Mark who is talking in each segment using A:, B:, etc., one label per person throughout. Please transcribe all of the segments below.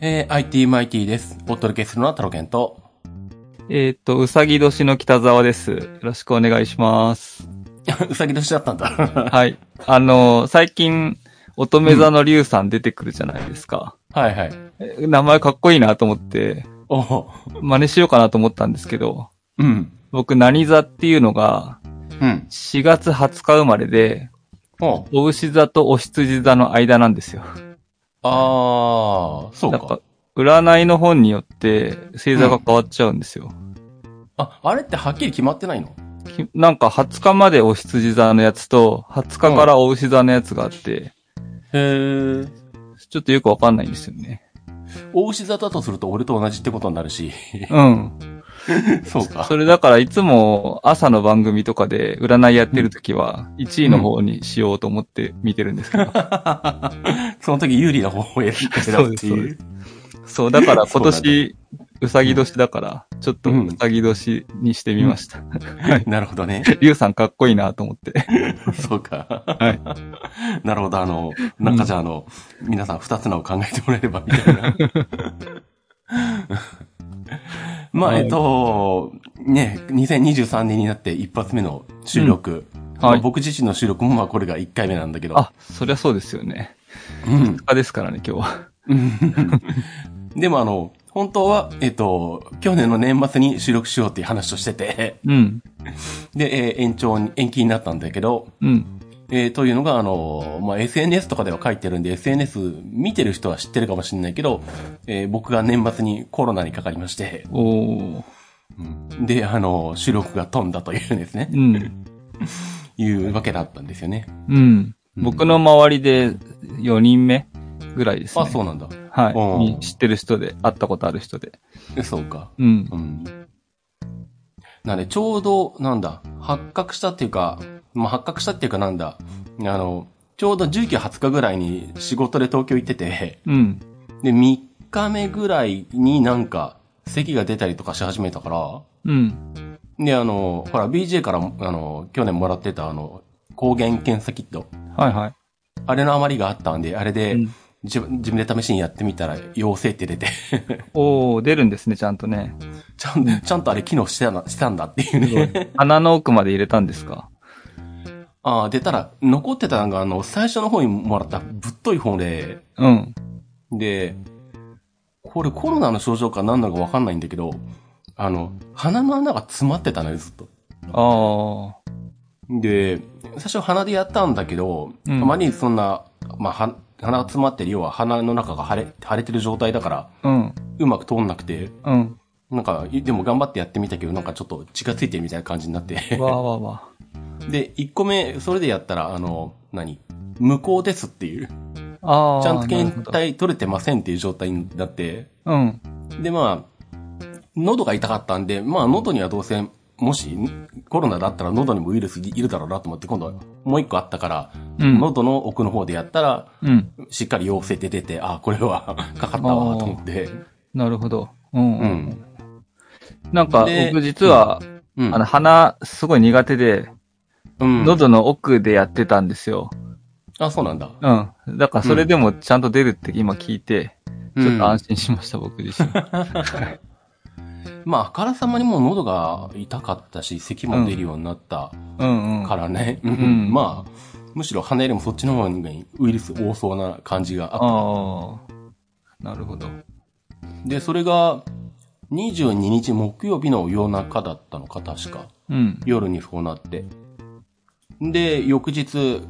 A: えー、ITMIT です。お届けするのはタロケンと。
B: えーっと、うさぎ年の北沢です。よろしくお願いします。
A: うさぎ年だったんだ。
B: はい。あのー、最近、乙女座の竜さん出てくるじゃないですか。
A: はいはい。
B: え名前かっこいいなと思って、
A: おう。
B: 真似しようかなと思ったんですけど、
A: うん。
B: 僕、何座っていうのが、
A: うん。
B: 4月20日生まれで、
A: おう
B: お牛座とお羊座の間なんですよ。
A: あー、そう
B: なん
A: か
B: か。、占いの本によって、星座が変わっちゃうんですよ。
A: あ、あれってはっきり決まってないの
B: きなんか、20日までお羊座のやつと、20日からお牛座のやつがあって、
A: へー。
B: ちょっとよくわかんないんですよね。
A: お牛座だとすると俺と同じってことになるし。
B: うん。
A: そうか。
B: それだからいつも朝の番組とかで占いやってる時は1位の方にしようと思って見てるんですけど。
A: その時有利な方法を選んでたって
B: そうですそう
A: い
B: で
A: う。
B: そう、だから今
A: そう
B: 年、うさぎ年だから、ちょっと
A: うん
B: うさぎ年にしてみました。
A: なるほどね。
B: りゅうさんかっこいいなと思って。
A: そうか。
B: はい。
A: なるほど。あの、なんかじゃあ、あの、皆さん二つのを考えてもらえれば、みたいな。 まあ、
B: はい
A: えっと、ね、2023年になって一発目の収録。
B: はい
A: まあ僕自身の収録もまあこれが1回目なんだけど。
B: あ、そりゃそうですよね。
A: うん。
B: あですからね、今日は。
A: でもあの、本当は、えっと、去年の年末に収録しようっていう話をしてて、
B: うん。
A: で、えー延長に、延期になったんだけど、
B: うん。
A: えーというのが、あの、まあ、SNS とかでは書いてるんで、SNS 見てる人は知ってるかもしれないけど、えー僕が年末にコロナにかかりまして、
B: おー。
A: で、あの、収録が飛んだというですね、
B: うん。
A: いうわけだったんですよね。
B: うん。僕の周りで4人目ぐらいですね。
A: あ、そうなんだ。
B: はい。
A: うん
B: に知ってる人で、会ったことある人で。
A: えそうか。
B: うん。
A: うん。なんで、ちょうど、なんだ、発覚したっていうか、まあ、発覚したっていうかなんだ、あの、ちょうど19、20日ぐらいに仕事で東京行ってて、
B: うん。
A: で、3日目ぐらいになんか、咳が出たりとかし始めたから、
B: うん。
A: で、あの、ほら、BJ から、あの、去年もらってた、あの、抗原検査キット。
B: はいはい。
A: あれの余りがあったんで、あれで、
B: うん
A: 自分自分で試しにやってみたら、陽性って出 て、
B: おー、出るんですね、ちゃんとね。
A: ちゃんと、ちゃんとあれ機能してたな、したんだっていうね。
B: 鼻の奥まで入れたんですか
A: ああ、出たら、残ってたのが、あの、最初の方にもらったぶっとい方で、
B: うん。
A: で、これコロナの症状か何なのかわかんないんだけど、あの、鼻の穴が詰まってたのよ、ずっと。
B: あー。
A: で、最初鼻でやったんだけど、
B: うん
A: たまにそんな、まあ、は鼻が詰まってる、要は鼻の中が腫れ、腫れてる状態だから、
B: うん。
A: うまく通んなくて、
B: うん。
A: なんか、いでも頑張ってやってみたけど、なんかちょっと血がついてるみたいな感じになって。
B: わーわーわ
A: で、1個目、それでやったら、あの、何無効ですっていう。
B: ー。あー。
A: ちゃんと
B: なる
A: 検
B: ほど
A: 体取れてませんっていう状態になって。
B: うん。
A: で、まあ、喉が痛かったんで、まあ、喉にはどうせ、もし、コロナだったら喉にもウイルスいるだろうなと思って、今度はもう一個あったから、
B: うん
A: 喉の奥の方でやったら、
B: うん。
A: しっかり陽性って出て、あ、これはかかったわ、と思って。
B: なるほど。うん。
A: うん。
B: なんか、
A: で
B: 僕実は、
A: うん。
B: あの、鼻、すごい苦手で、
A: うん、
B: 喉の奥でやってたんですよ。
A: あ、そうなんだ。
B: うん。だから、それでもちゃんと出るって今聞いて、ちょっと安心しました、僕自身。
A: まあ、あからさまにもう喉が痛かったし、咳も出るようになった
B: うん うん。
A: からね。
B: ん
A: まあ、むしろ鼻よりもそっちの方にウイルス多そうな感じがあっ
B: ああ。なるほど。
A: で、それが、22日木曜日の夜中だったのか、確か。
B: うん。
A: 夜にそうなって。で、翌日、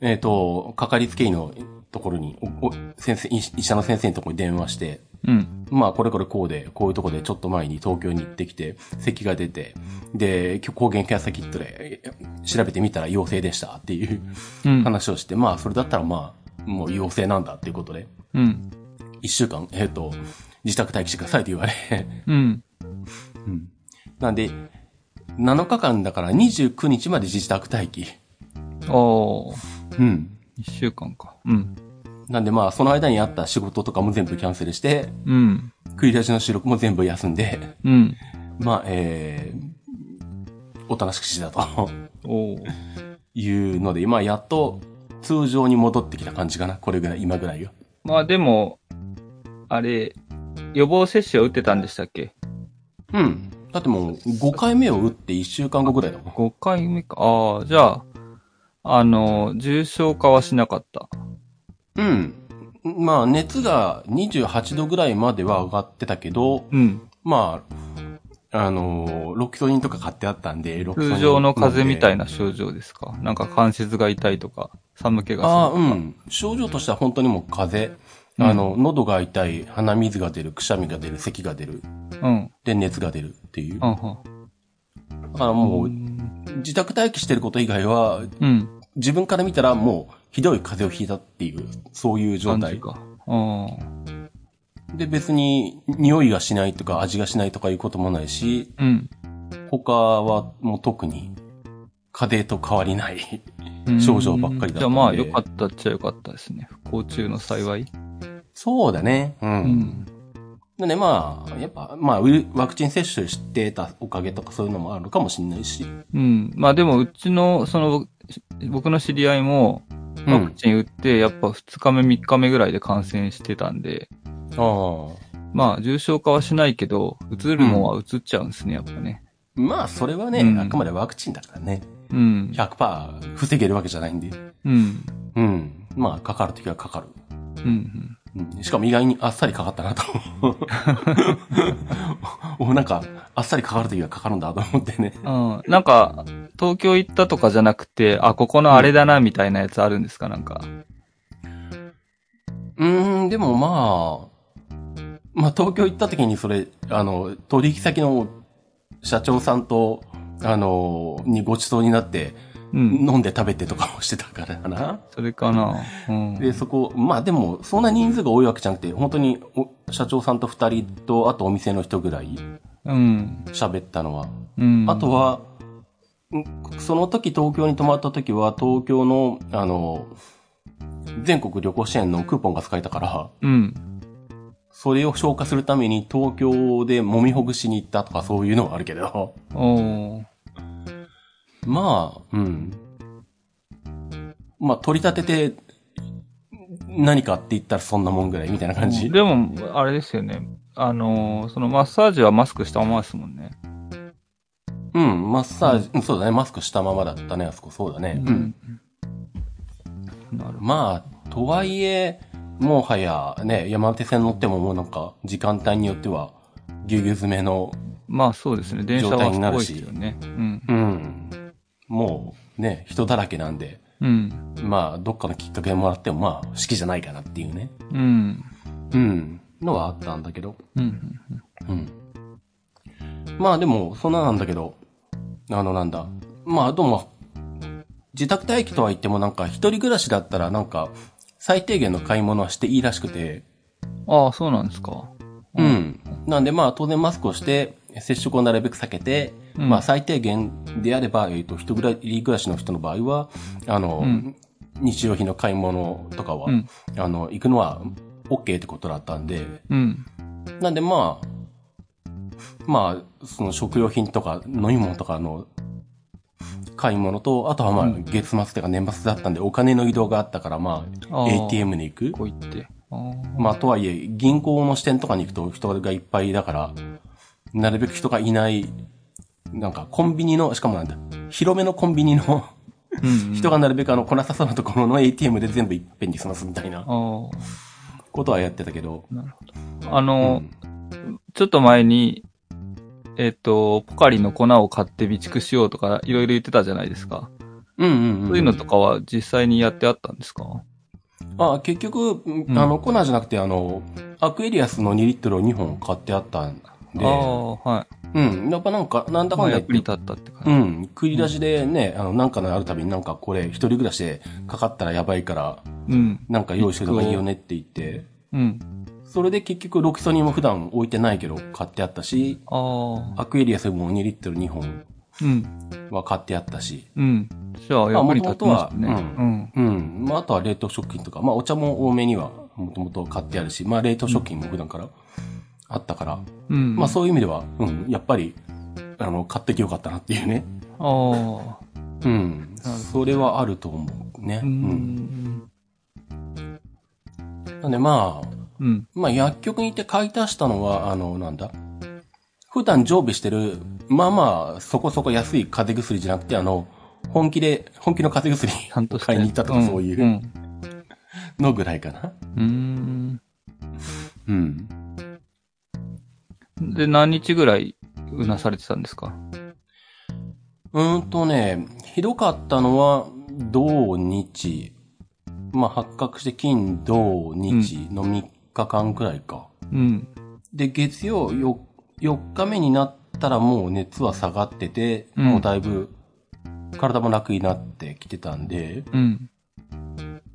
A: えっ、と、かかりつけ医のところに、おお先生、医医者の先生のところに電話して、
B: うん。
A: まあ、これこれこうで、こういうとこでちょっと前に東京に行ってきて、咳が出て、で、抗原検査キットでえ調べてみたら陽性でしたっていう
B: うん。
A: 話をして、まあ、それだったらまあ、もう陽性なんだっていうことで、
B: うん。
A: 一週間、えっ、と、自宅待機してくださいと言われ、
B: うん。
A: なんで、7日間だから29日まで自宅待機。
B: おー。
A: うん。
B: 一週間か。うん。
A: なんでまあ、その間にあった仕事とかも全部キャンセルして、
B: うん。
A: 繰り出しの収録も全部休んで、
B: うん。
A: まあ、えー、おとなしくしてたと
B: おー。
A: いうので、まあ、やっと通常に戻ってきた感じかな。これぐらい、今ぐらいよ。
B: まあでも、あれ、予防接種は打ってたんでしたっけ
A: うん。だってもう、5回目を打って1週間後ぐらいだもん。
B: ?5 回目か。ああ、じゃあ、あの、重症化はしなかった。
A: うん。まあ、熱が28度ぐらいまでは上がってたけど、
B: うん。
A: まあ、あのーロキソニンとか買ってあったんで、ロキソニン
B: 通常の風邪みたい
A: な。
B: な症状ですかなんか関節が痛いとか、寒気がする。
A: ああ、うん。症状としては本当にもう風邪。
B: うん
A: あの、喉が痛い、鼻水が出る、くしゃみが出る、咳が出る、
B: うん。
A: で、熱が出るっていう。
B: う
A: だ
B: ん。うん
A: からもう、自宅待機してること以外は、
B: うん。
A: 自分から見たらもう、ひどい風邪をひいたっていう、そういう状
B: 感じ
A: 態。
B: か。うん。
A: で、別に、匂いがしないとか、味がしないとかいうこともないし、
B: うん。
A: 他はもう特に、風邪と変わりない。症状ばっかりだったんで
B: じゃあまあ、良かったっちゃ良かったですね。不幸中の幸い。
A: そうだね。う。
B: うんん。
A: なんでまあ、やっぱ、まあ、ウイルワクチン接種してたおかげとかそういうのもあるかもしれないし。
B: うん。まあでも、うちの、その、し僕の知り合いも、
A: うん
B: ワクチン打って、やっぱ2日目、3日目ぐらいで感染してたんで、
A: ああ。
B: まあ、重症化はしないけど、うつるもんはうつっちゃうんですね、やっぱね。
A: まあ、それはね、
B: うん
A: あくまでワクチンだからね。
B: うん。
A: 100%防げるわけじゃないんで。
B: うん。
A: うん。まあ、かかるときはかかる。
B: うん。
A: うんしかも意外にあっさりかかった なと。おなんか、あっさりかかるときはかかるんだと思ってね。
B: うん。なんか、東京行ったとかじゃなくて、あ、ここのあれだな、みたいなやつあるんですか、なんか。
A: うーん、でもまあ、まあ東京行った時にそれ、あの、取引先の社長さんと、あの、にご馳走になって、
B: うん。
A: 飲んで食べてとかもしてたからかな。
B: それかな。うん。
A: で、そこ、まあでも、そんな人数が多いわけじゃなくて、本当にお社長さんと二人と、あとお店の人ぐらい
B: うん。
A: 喋ったのは。
B: うん。
A: あとは、んその時東京に泊まった時は、東京の、あの、全国旅行支援のクーポンが使えたから、
B: うん。
A: それを消化するために東京で揉みほぐしに行ったとかそういうのはあるけど。
B: おー。
A: まあ、うん。まあ、取り立てて、何かって言ったらそんなもんぐらいみたいな感じ。
B: でも、あれですよね。あのーそのマッサージはマスクしたままですもんね。
A: うん、マッサージ、うんそうだね、マスクしたままだったね、あそこ、そうだね。うん。。
B: なるほど。
A: まあ、とはいえ、もはやね、山手線乗ってももうなんか、時間帯によっては、ぎゅうぎゅう詰めの、
B: まあそうですね。電車
A: 状態
B: は
A: に
B: す
A: な
B: ご
A: る
B: いで
A: し
B: すよね。うん。
A: うん、もうね、人だらけなんで、
B: うん。
A: まあ、どっかのきっかけもらっても、まあ、好きじゃないかなっていうね。
B: うん。
A: うん。のはあったんだけど。
B: うん。
A: うん。まあでも、そんななんだけど、あのなんだ。まあ、どうも、自宅待機とは言ってもなんか、一人暮らしだったらなんか、最低限の買い物はしていいらしくて、
B: ああ、そうなんですか。
A: うん。なんでまあ、当然マスクをして、接触をなるべく避けて、
B: うん
A: まあ、最低限であれば、えっ、と、一人暮ら一人暮らしの人の場合は、あの、
B: うん
A: 日用品の買い物とかは、
B: うん
A: あの、行くのは OK ってことだったんで、
B: うん。
A: なんでまあ、まあ、その食料品とか飲み物とかの買い物と、あとはまあ
B: うん
A: 月末とか年末だったんでお金の移動があったからま
B: あ
A: あ
B: ー
A: ATM に行く。
B: こう言って。ああ。
A: まあとはいえ銀行の支店とかに行くと人がいっぱいだから、なるべく人がいない、なんかコンビニの、しかもなんだ、広めのコンビニの
B: うん。
A: 人がなるべくあの来なさそうなところの ATM で全部いっぺんに済ますみたいな
B: ああ。
A: ことはやってたけど。
B: なるほど。あ
A: う
B: のー
A: ん
B: ちょっと前に、えっと、ポカリの粉を買って備蓄しようとか、いろいろ言ってたじゃないですか。
A: うんうんうん。
B: そういうのとかは実際にやってあったんですか
A: あ、結局、
B: ん
A: あの、コナーじゃなくて、あの、アクエリアスの2リットルを2本買ってあったんで、
B: ああ、はい。
A: うん、やっぱなんか、なんだか
B: ま
A: ん
B: あ
A: だ
B: 役
A: 言って
B: に立ったって感
A: う
B: じ。
A: ん、繰り出しでね、あの、なんかのあるたびになんかこれ、一人暮らしでかかったらやばいから、
B: うん。
A: なんか用意しといた方がいいよねって言って、
B: うん。
A: それで結局ロキソニンも普段置いてないけど買ってあったし、
B: ああ。
A: アクエリアスも2リットル2本
B: うん。
A: は買ってあったし、
B: うん。じゃあ、役に立ってましたね。
A: まあ元々は
B: うん。
A: うん、まああとは冷凍食品とか、まあお茶も多めにはもともと買ってあるし、まあ冷凍食品も普段からあったから、
B: うん。
A: まあそういう意味では、うん、やっぱり、あの、買ってきてよかったなっていうね。
B: ああ。
A: うん。それはあると思うね。う。
B: うんん。
A: なんでまあ、
B: うん。
A: まあ、薬局に行って買い足したのは、あの、なんだ普段常備してる、まあまあ、そこそこ安い風邪薬じゃなくて、あの、本気で、本気の風邪
B: ちゃ
A: 薬
B: ん と
A: を
B: して。。
A: 買いに行ったとか、そういううんのぐらいかな。
B: うん。
A: うん。
B: うんで、何日ぐらいうなされてたんですか
A: うーんとね、ひどかったのは、土日。まあ、発覚して金土日の3日間くらいか。
B: うん。
A: で、月曜よ4日目になったらもう熱は下がってて、
B: うん
A: もうだいぶ体も楽になってきてたんで、
B: うん。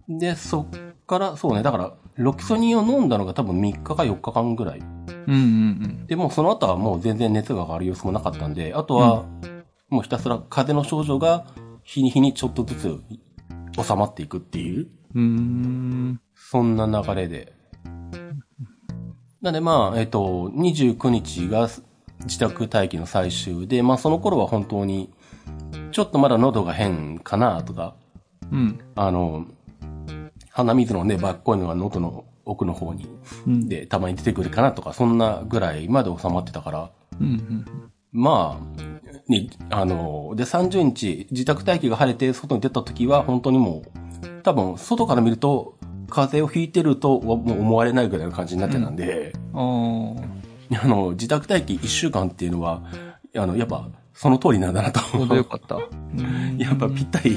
A: で、そっから、そうね、だから、ロキソニンを飲んだのが多分3日か4日間ぐらい。
B: うんうん
A: で、もうその後はもう全然熱が上がる様子もなかったんで、あとは、もうひたすら風邪の症状が日に日にちょっとずつ収まっていくっていう、
B: うん。うん。
A: そんな流れで。なんでまあ、えっと、29日が自宅待機の最終で、まあその頃は本当に、ちょっとまだ喉が変かなとか、
B: うん。
A: あの、鼻水のね、ばっこいのが喉の奥の方に、
B: うん。
A: で、たまに出てくるかなとか、そんなぐらいまで収まってたから、
B: うん。
A: まあ、ね、あの、で、30日、自宅待機が晴れて外に出た時は、本当にもう、多分、外から見ると、風邪をひいてるとはもう思われないぐらいの感じになってたんで、
B: うん。ああ。
A: あの、自宅待機1週間っていうのは、あの、やっぱ、その通りなんだなと。
B: ちょうどよかった。うん
A: やっぱぴったり、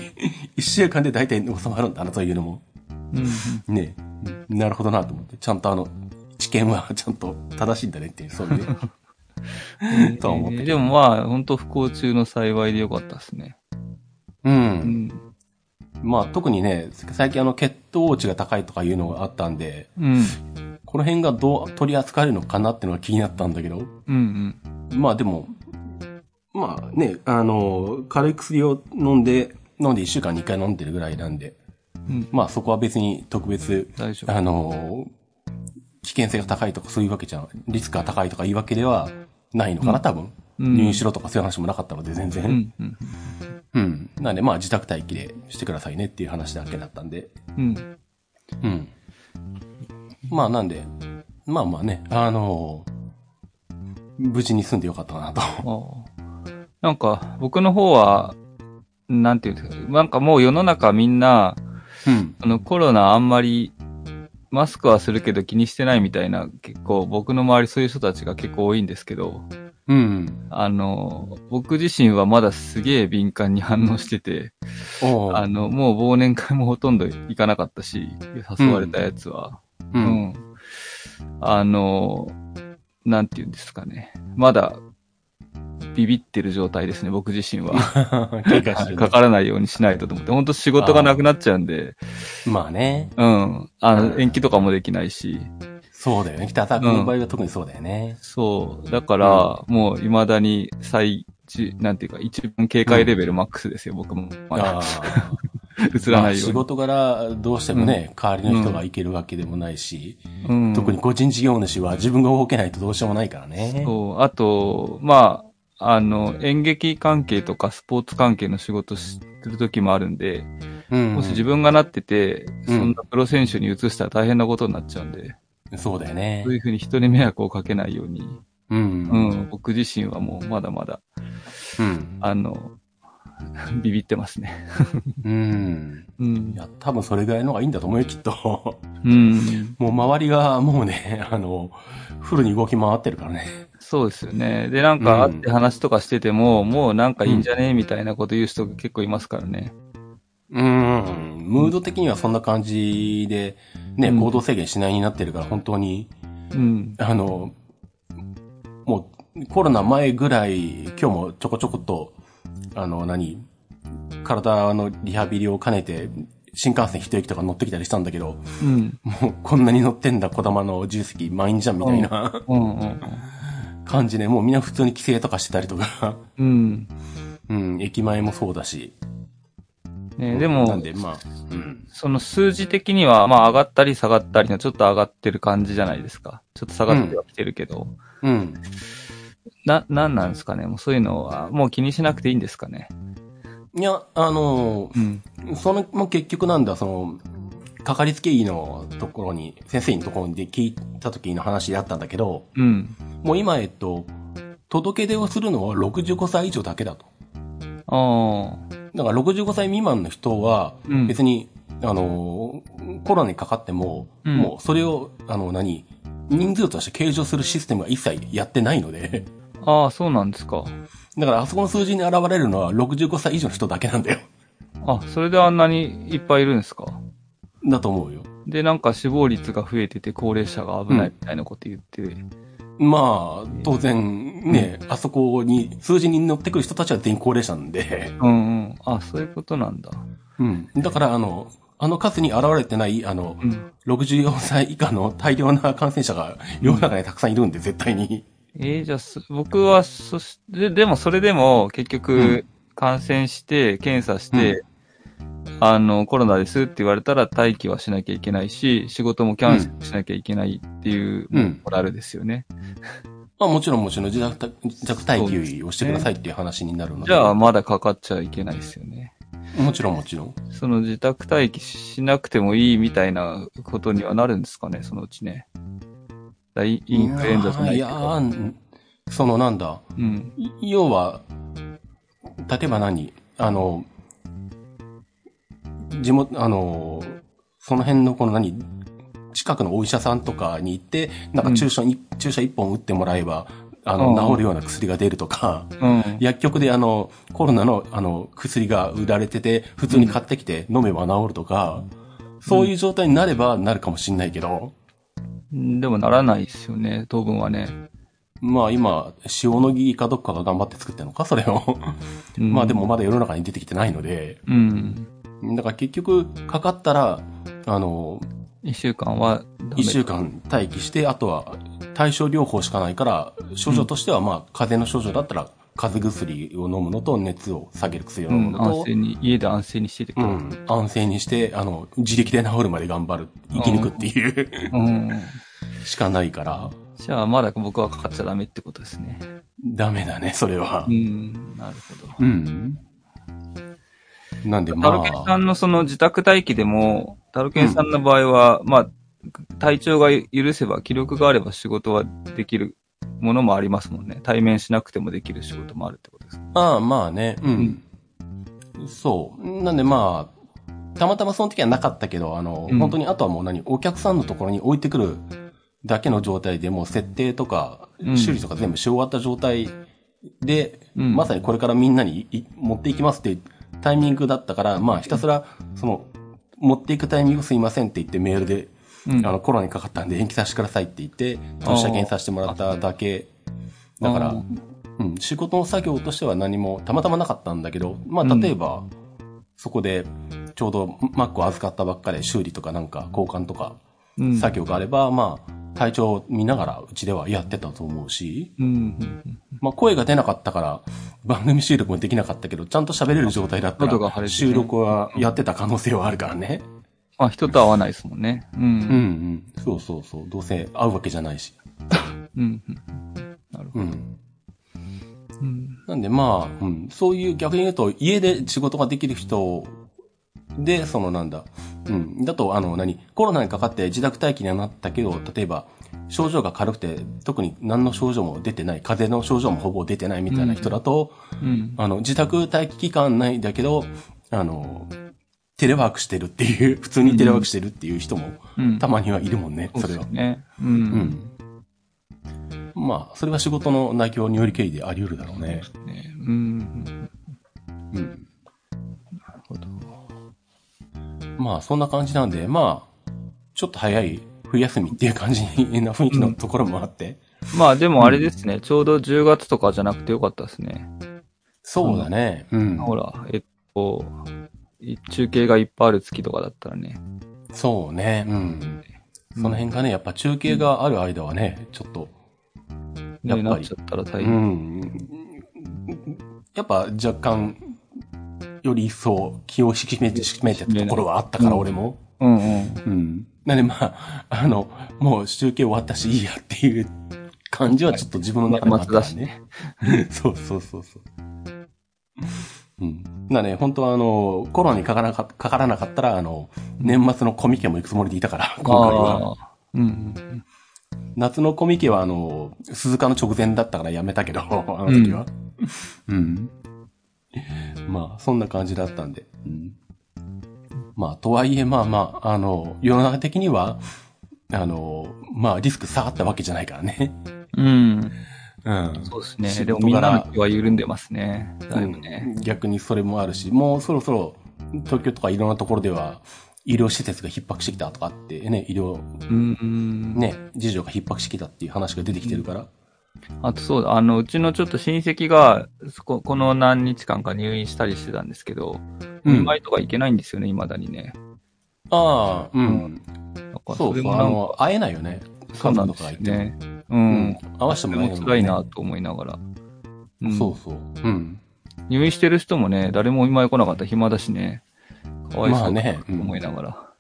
A: 1週間で大体収まるんだなというのも。
B: うん
A: ねえ、なるほどなと思って、ちゃんとあの、知見はちゃんと正しいんだねっていう、そう いうね。
B: うん
A: とは思ったけど
B: でもまあ、本当不幸中の幸いでよかったですね。
A: う。
B: うんん。
A: まあ特にね、最近あの血糖値が高いとかいうのがあったんで、
B: うん。
A: この辺がどう取り扱えるのかなっていうのが気になったんだけど、
B: うん
A: まあでも、まあね、あの、軽い薬を飲んで、飲んで1週間に1回飲んでるぐらいなんで、
B: うん。うん。
A: まあそこは別に特別、
B: 大丈夫。
A: あの、危険性が高いとかそういうわけじゃん、リスクが高いとかいうわけではないのかな、多分。
B: うん
A: 入院しろとかそういう話もなかったので、全
B: う
A: 然。
B: ん。うん。
A: うん。なんで、まあ、自宅待機でしてくださいねっていう話だけだったんで。
B: うん。
A: うん。まあ、なんで、まあまあね、あのー無事に住んでよかったなと。
B: ああなんか、僕の方は、なんていうんですか、なんかもう世の中みんな、
A: うん。
B: あのコロナあんまり、マスクはするけど気にしてないみたいな、結構僕の周りそういう人たちが結構多いんですけど、
A: うん。
B: あの、僕自身はまだすげえ敏感に反応してて、
A: お
B: あ
A: う
B: の、もう忘年会もほとんど行かなかったし、誘われたやつは。
A: う。
B: うん ん。あの、なんて言うんですかね。まだ、ビビってる状態ですね、僕自身は。
A: 警戒してる
B: かからないようにしないとと思って。本当仕事がなくなっちゃうんで、
A: まあね、
B: うん。あ
A: う
B: の、
A: ん
B: 延期とかもできないし。
A: そうだよね。北田君の場合は特にそうだよね。
B: そう。だから、もう未だに最、じなんていうか、一番警戒レベルマックスですよ、僕も。ま
A: あ
B: だ、
A: あ。
B: 映ら
A: ま
B: な
A: あ
B: いよう
A: 仕
B: に。
A: 事柄、どうしてもね、代わりの人が行けるわけでもないし、
B: うん
A: 特に個人事業主は自分が動けないとどうしようもないからね。
B: そう、あと、まあ、あの、演劇関係とかスポーツ関係の仕事してる時もあるんで、
A: うん。
B: もし自分がなってて、
A: う
B: そ
A: ん
B: んなプロ選手に移したら大変なことになっちゃうんで、
A: そうだよね
B: そう。いうふうに人に迷惑をかけないように、
A: うん。
B: う
A: うん。
B: ん、僕自身はもうまだまだ、あの、 ビビってますね。
A: うん。
B: うん
A: い。や、多分それぐらいの方がいいんだと思うよ、きっと。
B: うん。
A: もう周りがもうね、 あの、フルに動き回ってるからね。
B: そうですよね。で、なんか
A: うん
B: 会って話とかしてても、もうなんかいいんじゃねみたいなこと言う人が結構いますからね。
A: うん。ムード的にはそんな感じで、ね、
B: うん
A: 行動制限しないになってるから、本当に、
B: うん。
A: あの、もう、コロナ前ぐらい、今日もちょこちょこっと、あの、何、体のリハビリを兼ねて、新幹線一駅とか乗ってきたりしたんだけど、
B: うん。
A: もうこんなに乗ってんだ、小玉の自由席満員じゃんみたいな。
B: うん。うん
A: 感じね、もうみんな普通に帰省とかしてたりとか、
B: うん。
A: うん、駅前もそうだし。
B: ね、で
A: な
B: も
A: ん、で、まあ、うん。
B: その数字的には、まあ上がったり下がったりのちょっと上がってる感じじゃないですか。ちょっと下がってはきてるけど。
A: うん。
B: な、なんなんですかねもうそういうのは、もう気にしなくていいんですかね
A: いや、あの
B: うん。
A: ーその、もう結局なんだ、その、かかりつけ医のところに、先生のところで聞いた時の話であったんだけど、
B: うん。
A: もう今、えっと、届け出をするのは65歳以上だけだと。
B: あ
A: だから65歳未満の人は
B: うん、
A: 別に、あのー、コロナにかかっても、
B: うん
A: もうそれを、あの、何、人数として計上するシステムが一切やってないので、
B: あ。ああ、そうなんですか。
A: だからあそこの数字に現れるのは65歳以上の人だけなんだよ。
B: あ、それであんなにいっぱいいるんですか。
A: だと思うよ。
B: で、なんか死亡率が増えてて高齢者が危ないみたいなこと言って、
A: まあ、当然ね、あそこに、数字に乗ってくる人たちは全員高齢者なんで、
B: うんうん。あ、そういうことなんだ。
A: うん。だから、あの、あの数に現れてない、あの、
B: うん。
A: 64歳以下の大量な感染者が世の中にたくさんいるんで、絶対に。
B: えー、じゃあす、僕は、そし、で、でもそれでも、結
A: うん
B: 局、感染して、検査して、あの、コロナですって言われたら待機はしなきゃいけないし、仕事もキャンセルしなきゃいけないっていう、
A: うん
B: モラルですよね。
A: まあもちろんもちろん自宅た、自宅待機をしてくださいっていう話になるので。
B: じゃあ、まだかかっちゃいけないですよね。
A: もちろんもちろん。
B: その自宅待機しなくてもいいみたいなことにはなるんですかね、そのうちね。だイインフルエンザじゃない
A: い
B: け
A: や
B: ど。
A: ーんそのなんだ、
B: うん。
A: い要は、例えば何あの、地元、あの、その辺のこの何近くのお医者さんとかに行って、なんか注射に、注射一本打ってもらえば、あの、
B: うん
A: 治るような薬が出るとか、
B: うん。
A: 薬局であの、コロナのあの、薬が売られてて、普通に買ってきて飲めば治るとか、そういう状態になればなるかもしんないけど、
B: でもならないですよね、当分はね。
A: まあ今、塩野義かどっかが頑張って作ってるのか、それを。
B: うん
A: まあでもまだ世の中に出てきてないので、
B: うん。
A: だから結局、かかったら、あの、
B: 一週間はダメ、
A: 一週間待機して、あとは対症療法しかないから、症状としてはまあ、風邪の症状だったら、風邪薬を飲むのと、熱を下げる薬を
B: う
A: 飲む
B: ん、
A: の
B: 安
A: と、
B: 静に、家で安静にしててく
A: う
B: れ。
A: ん、安静にして、あの、自力で治るまで頑張る、生き抜くっていう、
B: うん。
A: しかないから、
B: じゃあ、まだ僕はかかっちゃダメってことですね。
A: ダメだね、それは
B: う。ん、なるほど。
A: うん。なんで
B: タ
A: ま
B: ルケンさ
A: あ、
B: んのその自宅待機でも、タルケンさんの場合は、まあ、体調が許せば、気力があれば仕事はできるものもありますもんね。対面しなくてもできる仕事もあるってことですか。
A: ああまあね、うん。そう。なんでまあ、たまたまその時はなかったけど、あの、
B: うん
A: 本当にあとはもう何、お客さんのところに置いてくるだけの状態でもう設定とか、
B: うん
A: 修理とか全部し終わった状態で、
B: うん
A: まさにこれからみんなにい持っていきますっていうタイミングだったから、まあひたすら、その、持っていくタイミングすいませんって言ってメールで、
B: うん
A: あの、コロナにかかったんで延期させてくださいって言って、取りにさせてもらっただけ。だから、
B: あ
A: うん、仕事の作業としては何もたまたまなかったんだけど、ま
B: う
A: あ、
B: ん
A: 例えば、そこで、ちょうど Mac を預かったばっかで修理とかなんか交換とか
B: うん。
A: 作業があれば、まあ、体調を見ながらうちではやってたと思うし、
B: うんうん。うん
A: まあ、声が出なかったから番組収録もできなかったけど、ちゃんと喋れる状態だった
B: 喉が腫れて
A: ら
B: ね
A: 収録はやってた可能性はあるからね。
B: まあ、人と会わないですもんね。う
A: うん
B: ん。
A: うん。そうそうそう。どうせ会うわけじゃないし。
B: うん。うん。なるほ
A: う
B: ど。
A: ん。
B: うん。
A: なんでまあ、うん、そういう逆に言うと、家で仕事ができる人で、そのなんだ、うん、だと、あの、何、コロナにかかって自宅待機にはなったけど、例えば、症状が軽くて、特に何の症状も出てない、風邪の症状もほぼ出てないみたいな人だと、
B: うん。
A: あの、自宅待機期間ないんだけど、あの、テレワークしてるっていう、普通にテレワークしてるっていう人も、
B: うん。
A: たまにはいるもんね、
B: そ
A: そうれ
B: ですよ
A: は。
B: ね。う。
A: うんん。まあ、それは仕事の内容によりけりであり得るだろうね。
B: ねうん。
A: うん。
B: なるほど。
A: まあそんな感じなんで、まあ、ちょっと早い冬休みっていう感じな雰囲気のところもあって。
B: まあでもあれですね、ちょうど10月とかじゃなくてよかったですね。
A: そうだね。うん。
B: ほら、えっと、い中継がいっぱいある月とかだったらね。
A: そうね。うん。その辺がね、やっぱ中継がある間はね、ちょっと、やっぱり
B: ねなっちゃったら大
A: う
B: 変。
A: ん。やっぱ若干、より一層気を引き締めて、締めてたところはあったから、
B: うん
A: 俺も。
B: うんうん。
A: うん。なんでまあ、あの、もう中継終わったしいいやっていう感じはち ょっと自分の中でもあったからね。そうそうそうそう。うん。なね、本当はあの、コロナにかからなかかからなかったら、あの、年末のコミケも行くつもりでいたから、今回は。
B: ああ。うんうん
A: 夏のコミケは、あの、鈴鹿の直前だったからやめたけど、あの時は。うん。まあ、そんな感じだったんで。うんまあ、とはいえ、まあまあ、あの、世の中的には、あの、まあ、リスク下がったわけじゃないからね。
B: うん。うん。
A: うん。
B: そうですね。でもみんなの気は緩んでますね。だいぶね。
A: うん逆にそれもあるし、もうそろそろ東京とかいろんなところでは医療施設が逼迫してきたとかあってね、医療
B: うんうん。
A: ね、事情が逼迫してきたっていう話が出てきてるから。
B: あとそうだ、あの、うちのちょっと親戚が、そこ、この何日間か入院したりしてたんですけど、
A: うん
B: お見舞いとか行けないんですよね、未だにね。
A: ああ、うん。
B: だから
A: そ
B: そうれ
A: そ
B: も
A: う、
B: な
A: あ
B: んか、
A: の、会えないよね。
B: そうなん
A: 家族とか
B: です
A: が
B: よ
A: いても。
B: ね。う
A: うんん。。会わせて
B: そ
A: も
B: れ
A: らえな
B: も
A: いもんね
B: 辛いなと思いながら。うん
A: そうそう。うん。
B: 入院してる人もね、誰もお見舞い来なかったら暇だしね。かわい
A: ま
B: そ
A: あ
B: う
A: ね
B: と思いながら。うん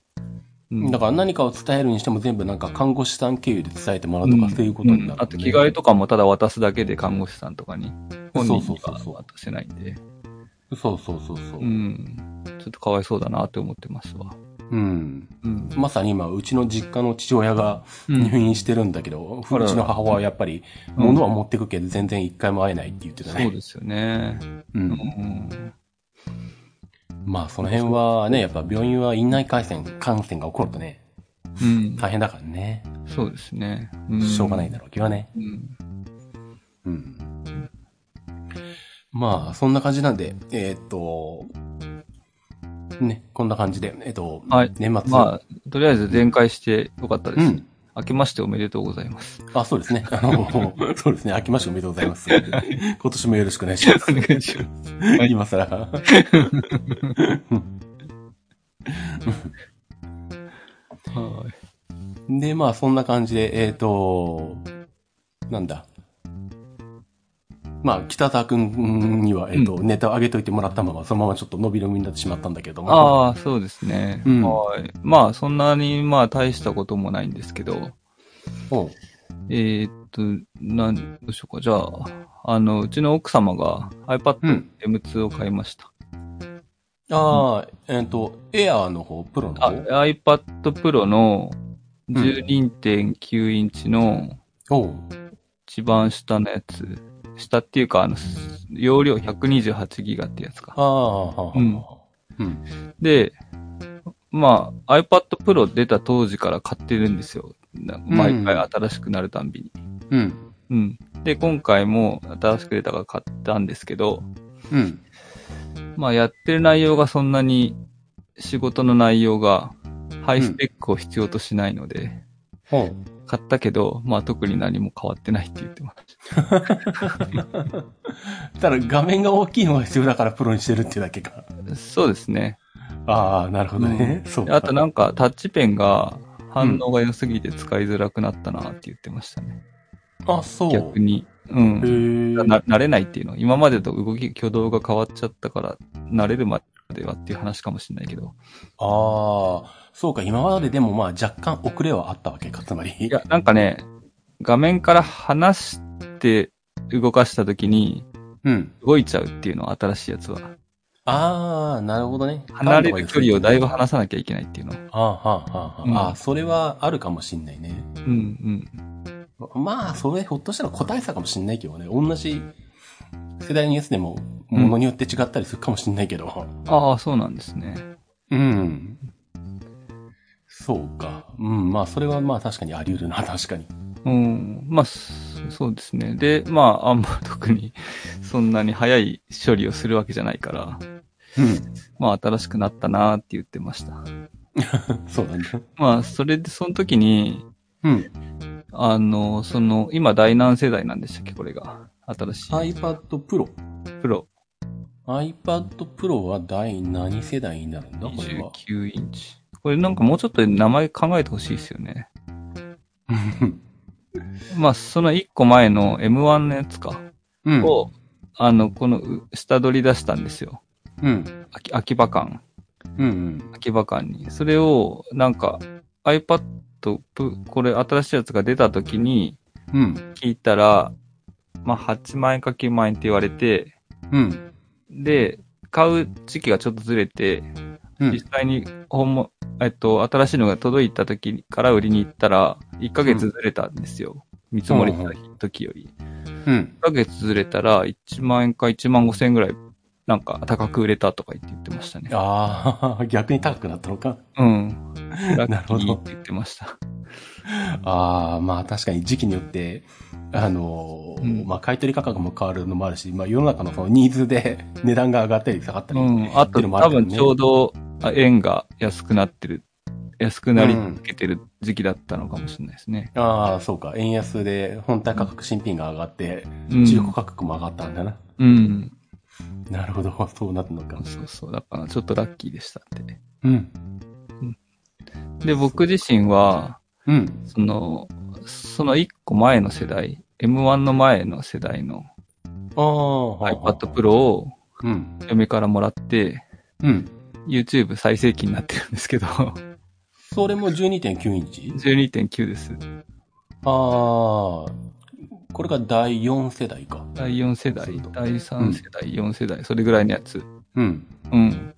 A: だから何かを伝えるにしても全部なんか看護師さん経由で伝えてもらうとか、そういうことになる、ね
B: んあと着替えとかもただ渡すだけで看護師さんとかに、本人には
A: そうそうそうそう
B: 渡せないんで。
A: そうそうそうそう。
B: うん。ちょっとかわいそうだなって思ってますわ。
A: うん。
B: うん。
A: まさに今、うちの実家の父親が
B: うん
A: 入院してるんだけど、う
B: あらら
A: ちの母親はやっぱり、
B: うん
A: 物は持ってくけど全然一回も会えないって言ってた
B: そう
A: ね。
B: ですよね。
A: う。
B: うんん。
A: まあ、その辺はね、やっぱ病院は院内感染、感染が起こるとね、
B: うん。
A: 大変だからね。
B: そうですね。うん
A: しょうがないんだろうけどね。
B: うん。
A: うん。まあ、そんな感じなんで、えーっと、ね、こんな感じで、えーっと、
B: はい
A: 年末。
B: まあ、とりあえず全開してよかったです。
A: うん
B: 明けましておめでとうござ います。
A: あ、そうですね。あの、 そうですね。明けましておめでとうござい ます。今年もよろしくお願いします。
B: お願いします。
A: 今更。
B: はい。
A: で、まあ、そんな感じで、えっ、と、なんだ。まあ、北沢くんには、えっ、と、ネタを上げといてもらったまま、そのままちょっと伸び伸びになってしまったんだけども。あ。
B: ああ、そうですね。
A: うん
B: はい。まあ、そんなに、まあ、大したこともないんですけど、
A: おう
B: えーっと、なん、どうしようか。じゃあ、あの、うちの奥様が iPad
A: うん。
B: M2 を買いました。
A: ああ、えっ、と、エアーの方、プロの
B: あ、
A: 方。
B: iPad Pro の
A: ん
B: 12.9インチの
A: おう
B: 一番下のやつ。下っていうか、あの、容量128ギガってやつか。
A: ああ、はあはあ
B: うん
A: うん。
B: で、まあ、iPad Pro 出た当時から買ってるんですよ。な毎回新しくなるたんびに。
A: うん。
B: うん。で、今回も新しく出たから買ったんですけど、
A: うん。
B: まあやってる内容がそんなに仕事の内容がハイスペックを必要としないので、
A: おう
B: 買ったけど、まあ特に何も変わってないって言ってます。
A: ただ、画面が大きいのが必要だからプロにしてるってだけか。
B: そうですね。
A: ああ、なるほどね。そう
B: で
A: か。
B: あとなんかタッチペンが反応が良すぎて使いづらくなったなって言ってましたね。
A: あ、そう。
B: 逆に。う
A: へ
B: ん。
A: ー
B: な慣れないっていうの。今までと動き、挙動が変わっちゃったから、慣れるまではっていう話かもしれないけど。
A: ああ、そうか、今まででもまあ若干遅れはあったわけか、つまり。
B: いや、なんかね、画面から離して動かしたときに
A: うん。
B: 動いちゃうっていうの、新しいやつは。
A: ああ、なるほどね。
B: 離れる距離をだいぶ
A: は
B: 離さなきゃいけないっていうの。
A: あ、はあ、はあ、
B: うん
A: あー、それはあるかもしんないね。
B: うん
A: まあ、それひょっとしたら個体差かもしんないけどね。同じ世代のやつでも、ものによって違ったりするかもしんないけど。
B: うん。ああ、そうなんですね。
A: うん。そうか。うん、まあ、それはまあ確かにあり得るな、 確かに。
B: うん。まあ、そそうですね。で、まあ、あんま特に、そんなに早い処理をするわけじゃないから、
A: う
B: まあ、新しくなったなーって言ってました。
A: ん。 そうだね。
B: まあ、それで、その時に、
A: うん。
B: あの、その、今、第何世代なんでしたっけ、これが。新しい。
A: iPad Pro。
B: プロ
A: iPad Pro は第何世代になるんだこれは。
B: 29インチ。これなんかもうちょっと名前考えてほしいですよね。まあ、その1個前の M1 のやつか。
A: うん。
B: を、あの、このう下取り出したんですよ。
A: うん。
B: 秋秋葉館。
A: うん。
B: 秋葉館に。それを、なんか iPad、プこれ新しいやつが出た時に
A: うん。
B: 聞いたら、まあ8万円か9万円って言われて、
A: うん。
B: で、買う時期がちょっとずれて、
A: うん
B: 実際に本も、えっと、新しいのが届いた時から売りに行ったら、1ヶ月ずれたんですよ。見積もりした時より。
A: うん
B: 1。ヶ月ずれたら、1万円か1万5千円ぐらい、なんか高く売れたとか言って言ってましたね。
A: ああ、 逆に高くなったのか。
B: うん。ラ
A: なる
B: ッキ
A: ほど
B: ーって言って ました。
A: ああ、まあ確かに時期によって、あのー
B: うん
A: まあ買い取り価格も変わるのもあるし、まあ世の中のそのニーズで値段が上がったり下がった
B: う
A: り。
B: ん。あと、
A: でもある
B: 多
A: からね
B: 分ちょうど、あ円が安くなってる、安くなり
A: うん
B: つけてる時期だったのかもしれないですね。
A: ああ、そうか。円安で本体価格新品が上がって、
B: うん。
A: 中古価格も上がったんだな。
B: うん。
A: なるほど。 そうなったのか。
B: そうそう。だから、ちょっとラッキーでしたって。
A: うん。
B: で、僕自身は、
A: うん。
B: その、その1個前の世代、M1 の前の世代の
A: ああ、はい
B: iPad Pro を
A: うん。
B: 嫁からもらって、
A: うん。
B: YouTube 最盛期になってるんですけど、
A: それも12.9インチ
B: 12.9です。
A: ああ、これが第4世代か。
B: 第4世代
A: そうだ、
B: 第3世代、4世代、それぐらいのやつ。
A: うん。
B: うん。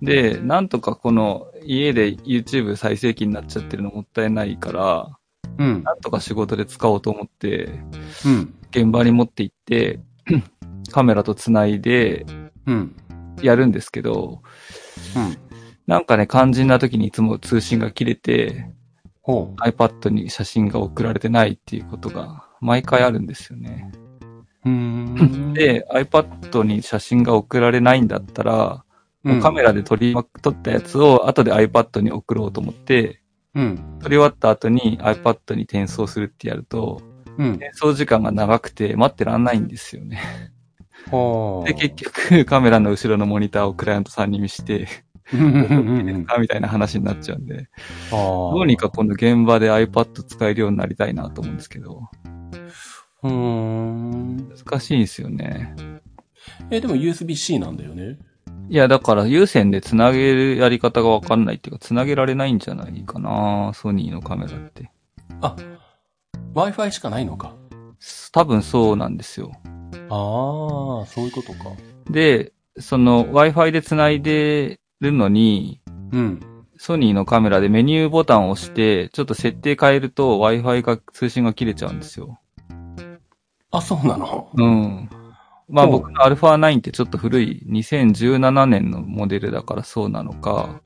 B: で、なんとかこの家で YouTube 最盛期になっちゃってるのもったいないから、
A: うん。
B: なんとか仕事で使おうと思って、
A: うん。
B: 現場に持って行って、 カメラと繋いで
A: うん。
B: やるんですけど、
A: うん。
B: なんかね、肝心な時にいつも通信が切れて、
A: ほ
B: iPad に写真が送られてないっていうことが毎回あるんですよね。
A: う。うーん。、
B: で、iPad に写真が送られないんだったら、もうカメラで撮りまく、撮ったやつを後で iPad に送ろうと思って、
A: うん。
B: 撮り終わった後に iPad に転送するってやると、
A: うん。
B: 転送時間が長くて待ってらんないんですよね。
A: ほ
B: で、結局、カメラの後ろのモニターをクライアントさんに見して、
A: うんうん うん。
B: みたいな話になっちゃうんで、
A: ど
B: どうにか。この現場で iPad 使えるようになりたいなと思うんですけど、
A: うーん。
B: 難しいんですよね。
A: え、でも USB-C なんだよね。
B: いや、だから有線で繋げるやり方がわかんないっていうか、繋げられないんじゃないかなソニーのカメラって。
A: あ、Wi-Fi しかないのか。
B: 多分そうなんですよ。
A: ああ、そういうことか。
B: で、その Wi-Fi で繋いでるのに、
A: うん。
B: ソニーのカメラでメニューボタンを押して、ちょっと設定変えると Wi-Fi が通信が切れちゃうんですよ。
A: あ、そうなの。
B: うん。まあ
A: そう
B: 僕の α9 ってちょっと古い2017年のモデルだからそうなのか、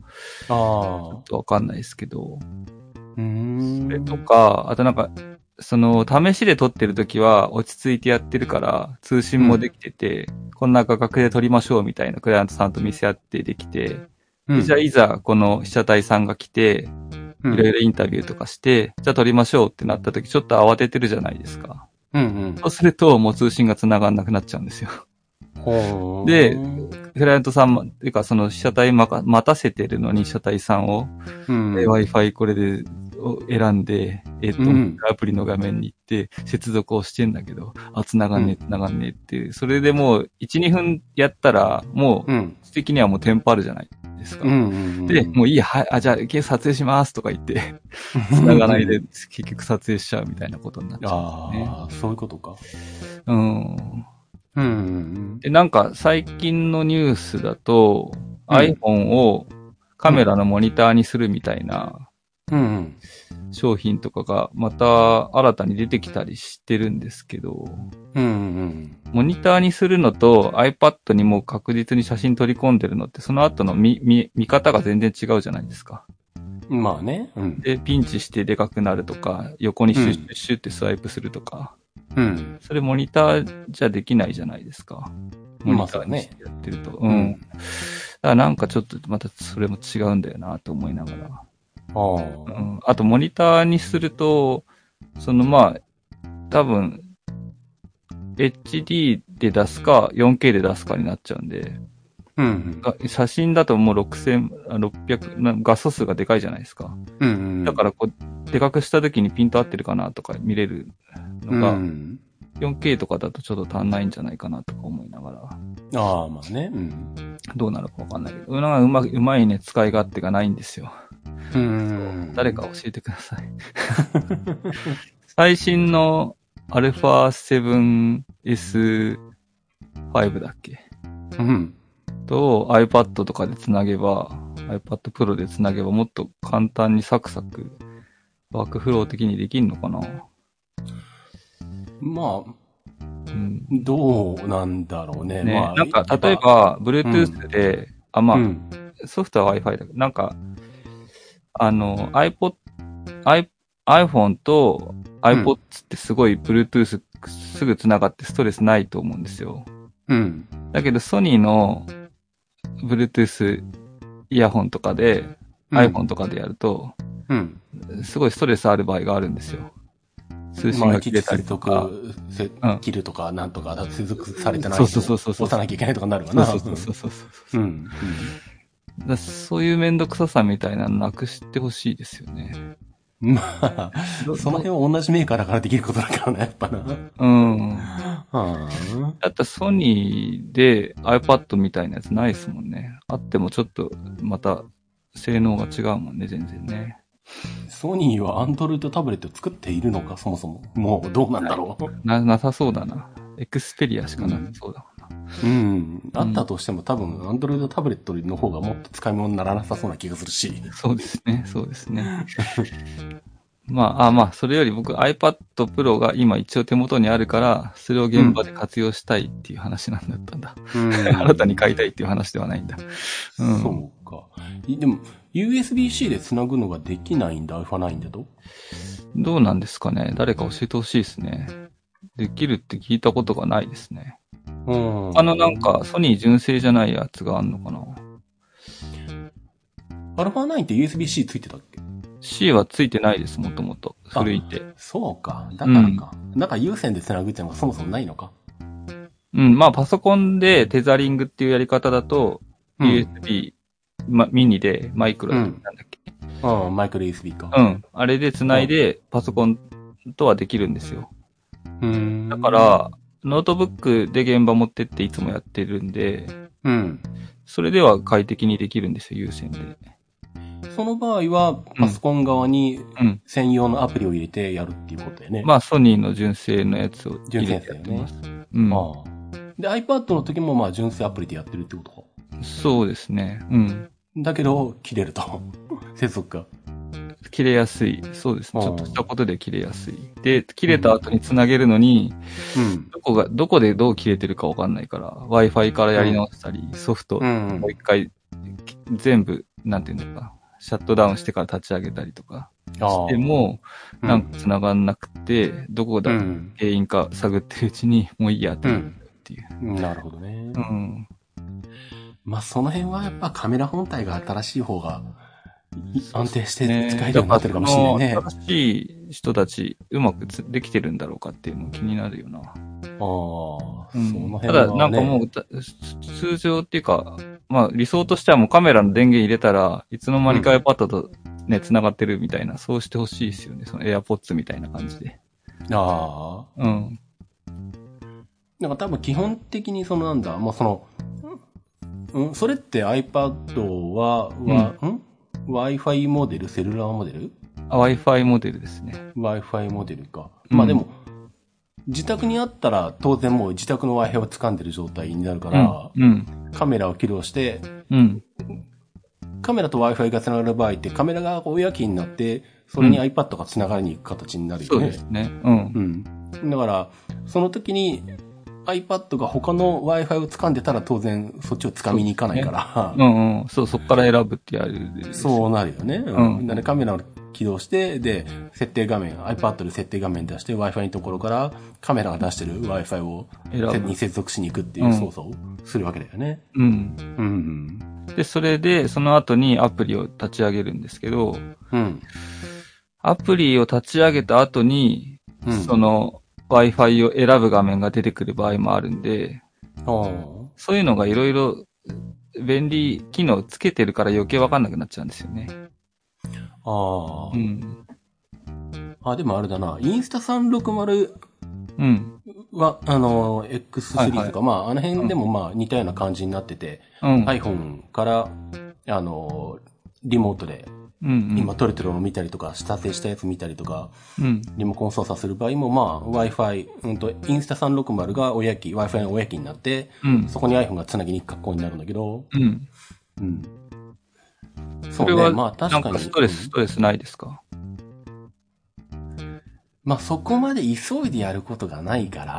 A: ああ。
B: わかんないですけど、
A: うーん。
B: それとか、あとなんか、その、試しで撮ってる時は落ち着いてやってるから、通信もできてて、こんな価格で撮りましょうみたいなクライアントさんと見せ合ってできて、
A: うん、
B: じゃあいざこの被写体さんが来て、
A: うん
B: いろいろインタビューとかして、じゃあ撮りましょうってなった時ちょっと慌ててるじゃないですか。
A: うん
B: そうするともう通信が繋がんなくなっちゃうんですよ。
A: うん。ほー
B: でクライアントさんも、ていうかその被写体まか待たせてるのに被写体さんを、
A: うん。
B: え Wi-Fi これでを選んで、えっ、と、
A: うん
B: アプリの画面に行って接続をしてんだけど、あ、繋がんねえ、繋がんねえって、それでもう1、2分やったら、もう、
A: うん。
B: 質的にはもうテンパるじゃないですか。
A: うんうん。
B: で、もういいや、はい、あ、じゃあ、撮影しますとか言って、繋がないで、結局撮影しちゃうみたいなことになっちゃうんですよ ね。
A: ああ、そういうことか。
B: うん。
A: うんうん
B: で、なんか最近のニュースだと、
A: うん
B: iPhone をカメラのモニターにするみたいな
A: うん。うんうん。
B: 商品とかがまた新たに出てきたりしてるんですけど、
A: うんうん
B: モニターにするのと iPad にもう確実に写真取り込んでるのってその後の見、見、見方が全然違うじゃないですか。
A: うん。まあね。うん。
B: で、ピンチしてでかくなるとか、横にシュッシュッシュってスワイプするとか、
A: うん。
B: それモニターじゃできないじゃないですか。モ
A: ま
B: ニ
A: あ
B: タ
A: そう
B: ー
A: ね
B: にしてやってると。
A: う
B: うん。。だからなんかちょっとまたそれも違うんだよなと思いながら。
A: ああ。
B: うん。あとモニターにすると、そのまあ、多分、HD で出すか 4K で出すかになっちゃうんで、
A: うん
B: が写真だともう6600、な画素数がでかいじゃないですか。
A: うん。うん。
B: だからこう、でかくした時にピント合ってるかなとか見れる
A: う
B: のが、
A: ん。
B: 4K とかだとちょっと足んないんじゃないかなとか思いながら、
A: ああ、まあね。うん。
B: どうなるかわかんないけど、なんかうまうまいね、使い勝手がないんですよ。
A: うん。
B: 誰か教えてください。最新の α7S5 だっけ
A: うん。
B: と iPad とかでつなげば、iPad Pro でつなげばもっと簡単にサクサク、ワークフロー的にできんのかな
A: まあ、
B: うん。
A: どうなんだろうね。
B: ね、
A: まあ、
B: なんか、例え、ば、Bluetooth で、あ、まあ、
A: うん。
B: ソフトは Wi-Fi だけど、なんか、あの、iPod、i、iPhone と iPods ってすごい Bluetooth すぐ繋がってストレスないと思うんですよ。
A: うん。
B: だけど、ソニーの Bluetooth イヤホンとかで、
A: うん
B: iPhone とかでやると、
A: うん。
B: すごいストレスある場合があるんですよ。通信
A: まあ、
B: が
A: いち
B: 切
A: いち
B: れたり
A: 接
B: と
A: 続
B: か。、
A: せ
B: うん
A: 切るとか、なんとか、だって接続されてないと
B: そうそうそうそうそう
A: 押さなきゃいけないとかになるわ
B: そう
A: な。
B: そうそうそうそうそう。
A: うん。うん。
B: だからそういうめんどくささみたいなのなくしてほしいですよね。
A: まあ、その辺は同じメーカーだからできることだからな、やっぱな。
B: うん。
A: はあ
B: だったらソニーで iPad みたいなやつないですもんね。あってもちょっとまた性能が違うもんね、全然ね。
A: ソニーはアンドロイドタブレット作っているのか、そもそも。もう、どうなんだろう。
B: な、なさそうだな。エクスペリアしかなさそうだもんな。
A: うん。あったとしても多分、アンドロイドタブレットの方がもっと使い物にならなさそうな気がするし。
B: そうですね、そうです ね。まあ、あまあ、それより僕 iPad Pro が今一応手元にあるから、それを現場で活用したいっていう話なんだったんだ。新たに買いたいっていう話ではないんだ。うん。
A: そうか。いでも、USB-C で繋ぐのができないんだ、Alpha9 だと。
B: どうなんですかね誰か教えてほしいですね。できるって聞いたことがないですね。
A: うん
B: あのなんか、ソニー純正じゃないやつがあんのかな
A: α9 って USB-C ついてたっけ
B: ?C はついてないです、もともと。古いって。
A: そうか。だからか。だから有線で繋ぐっていうのがそもそもないのか。
B: うん、まあパソコンでテザリングっていうやり方だと、
A: うん
B: USB、ま、ミニでマイクロなんだっけ、
A: うん、マイクロ USB か。
B: うん、あれで繋いでパソコンとはできるんですよ。
A: うん。
B: だか、ら、ノートブックで現場持ってっていつもやってるんで、
A: うん。
B: それでは快適にできるんですよ、有線で。
A: その場合は、パソコン側に
B: うん
A: 専用のアプリを入れてやるっていうことだよね。
B: まあソニーの純正のやつを入れてやってます。うん。
A: ああ。で、iPad の時もまあ純正アプリでやってるってことか。
B: そうですね。うん。
A: だけど、切れると。 接続が。
B: 切れやすい。そうですね。
A: あ
B: ち
A: ー
B: ょっとしたことで切れやすい。で、切れた後につなげるのに、
A: うん。
B: どこが、どこでどう切れてるかわかんないから、Wi-Fi からやり直したり、ソフト、
A: う
B: も
A: ん。
B: う一回、き全部、なんていうのかな、シャットダウンしてから立ち上げたりとか
A: ああ
B: しても、なん
A: か、
B: か繋がんなくて、どこだ、
A: うん。
B: 原因か探ってるうちに、もういいやってなるっていう。
A: なるほどね。
B: うん。
A: まあ、その辺はやっぱカメラ本体が新しい方がい安定して
B: ね
A: 使えるようになってるかもしれないね
B: だ。からその新しい人たち、うまくつできてるんだろうかっていうの気になるよな。
A: ああ、その辺
B: た
A: は、ね。
B: だ、なんかもうた、通常っていうか、まあ理想としてはもうカメラの電源入れたらいつの間にか iPad とね、繋がってるみたいな、そうしてほしいですよね。その AirPods みたいな感じで。
A: ああ。
B: うん。
A: なんか多分基本的にそのなんだ、もうその、うん、それって iPad は、は、うん ?Wi-Fi モデルセルラーモデル
B: あ Wi-Fi モデルですね。
A: ?Wi-Fi モデルか。
B: うん
A: まあでも、自宅にあったら当然もう自宅の Wi-Fi を掴んでる状態になるか
B: う
A: ら
B: ん、。うん。
A: カメラを起動して、
B: うん。
A: カメラと Wi-Fi が繋がる場合って、カメラがおやきになって、それに iPad が繋がりに行く形になる
B: そ
A: よ
B: う
A: ね。
B: ですね。うん。
A: うん。だから、その時に iPad が他の Wi-Fi を掴んでたら当然そっちを掴みに行かないから、
B: うんうん。そう、そっから選ぶってやるです。
A: そうなるよね。う
B: うん
A: ん。なのでカメラを起動して、で、設定画面、iPad で設定画面出して Wi-Fi のところからカメラが出してる Wi-Fi を
B: 選
A: せ
B: ぶ
A: に。接続しに行くっていううん操作をするわけだよね。
B: うん。
A: うん。
B: で、それで、その後にアプリを立ち上げるんですけど、
A: うん。
B: アプリを立ち上げた後に、
A: うん。
B: その Wi-Fi を選ぶ画面が出てくる場合もあるんで、
A: の、
B: そういうのがいろいろ便利機能つけてるから余計わかんなくなっちゃうんですよね。
A: ああ
B: う。ん。
A: あ、でもあれだな。インスタ360
B: うん。
A: は、あの、
B: はい
A: X3 とか、
B: はい
A: まあ、あの辺でもまあ似たような感じになってて、
B: うん。
A: iPhone から、あの、リモートで
B: うん。
A: 今撮れてるのを見たりとか、下手したやつ見たりとか、
B: うん。
A: リモコン操作する場合も、まあ、Wi-Fi、うんと、インスタ360が親機、Wi-Fi の親機になって、
B: うん。
A: そこに iPhone がつなぎに行く格好になるんだけど、
B: うん。
A: うん。
B: そ
A: そ
B: れ
A: う
B: は、
A: ね、
B: な
A: まあ
B: んか
A: 確かに。
B: ストレス、ストレスないですか
A: まあそこまで急いでやることがないから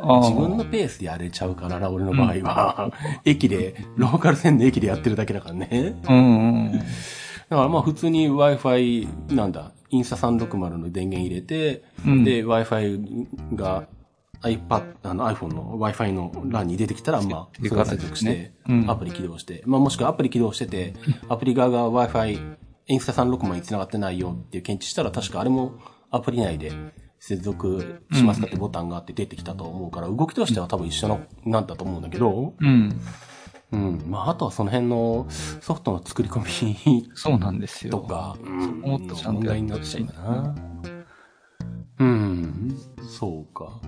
B: あ、ー
A: 自分のペースでやれちゃうからな、俺の場合は。駅で、ローカル線で駅でやってるだけだからね。
B: うんうん。
A: だからまあ普通に Wi-Fi、なんだ、インスタ360の電源入れて、
B: うん
A: で、Wi-Fi が iPad、あの iPhone の Wi-Fi の欄に出てきたら、まあ、
B: て
A: それを接続し
B: い
A: て
B: う形ですねう、ん
A: アプリ起動して、まあもしくはアプリ起動してて、アプリ側が Wi-Fi、インスタ360に繋がってないよっていう検知したら、確かあれもアプリ内で接続しますかってボタンがあって出てきたと思うから、動きとしては多分一緒のなんだと思うんだけど、
B: うん。
A: うん。まああとはその辺のソフトの作り込み
B: そうなんです
A: と
B: よ。
A: か、
B: もっとちゃん
A: 問
B: とや
A: 題
B: っ
A: に
B: て
A: なっ
B: ほ
A: ち
B: し
A: ゃう
B: い
A: かな。うん、そうか。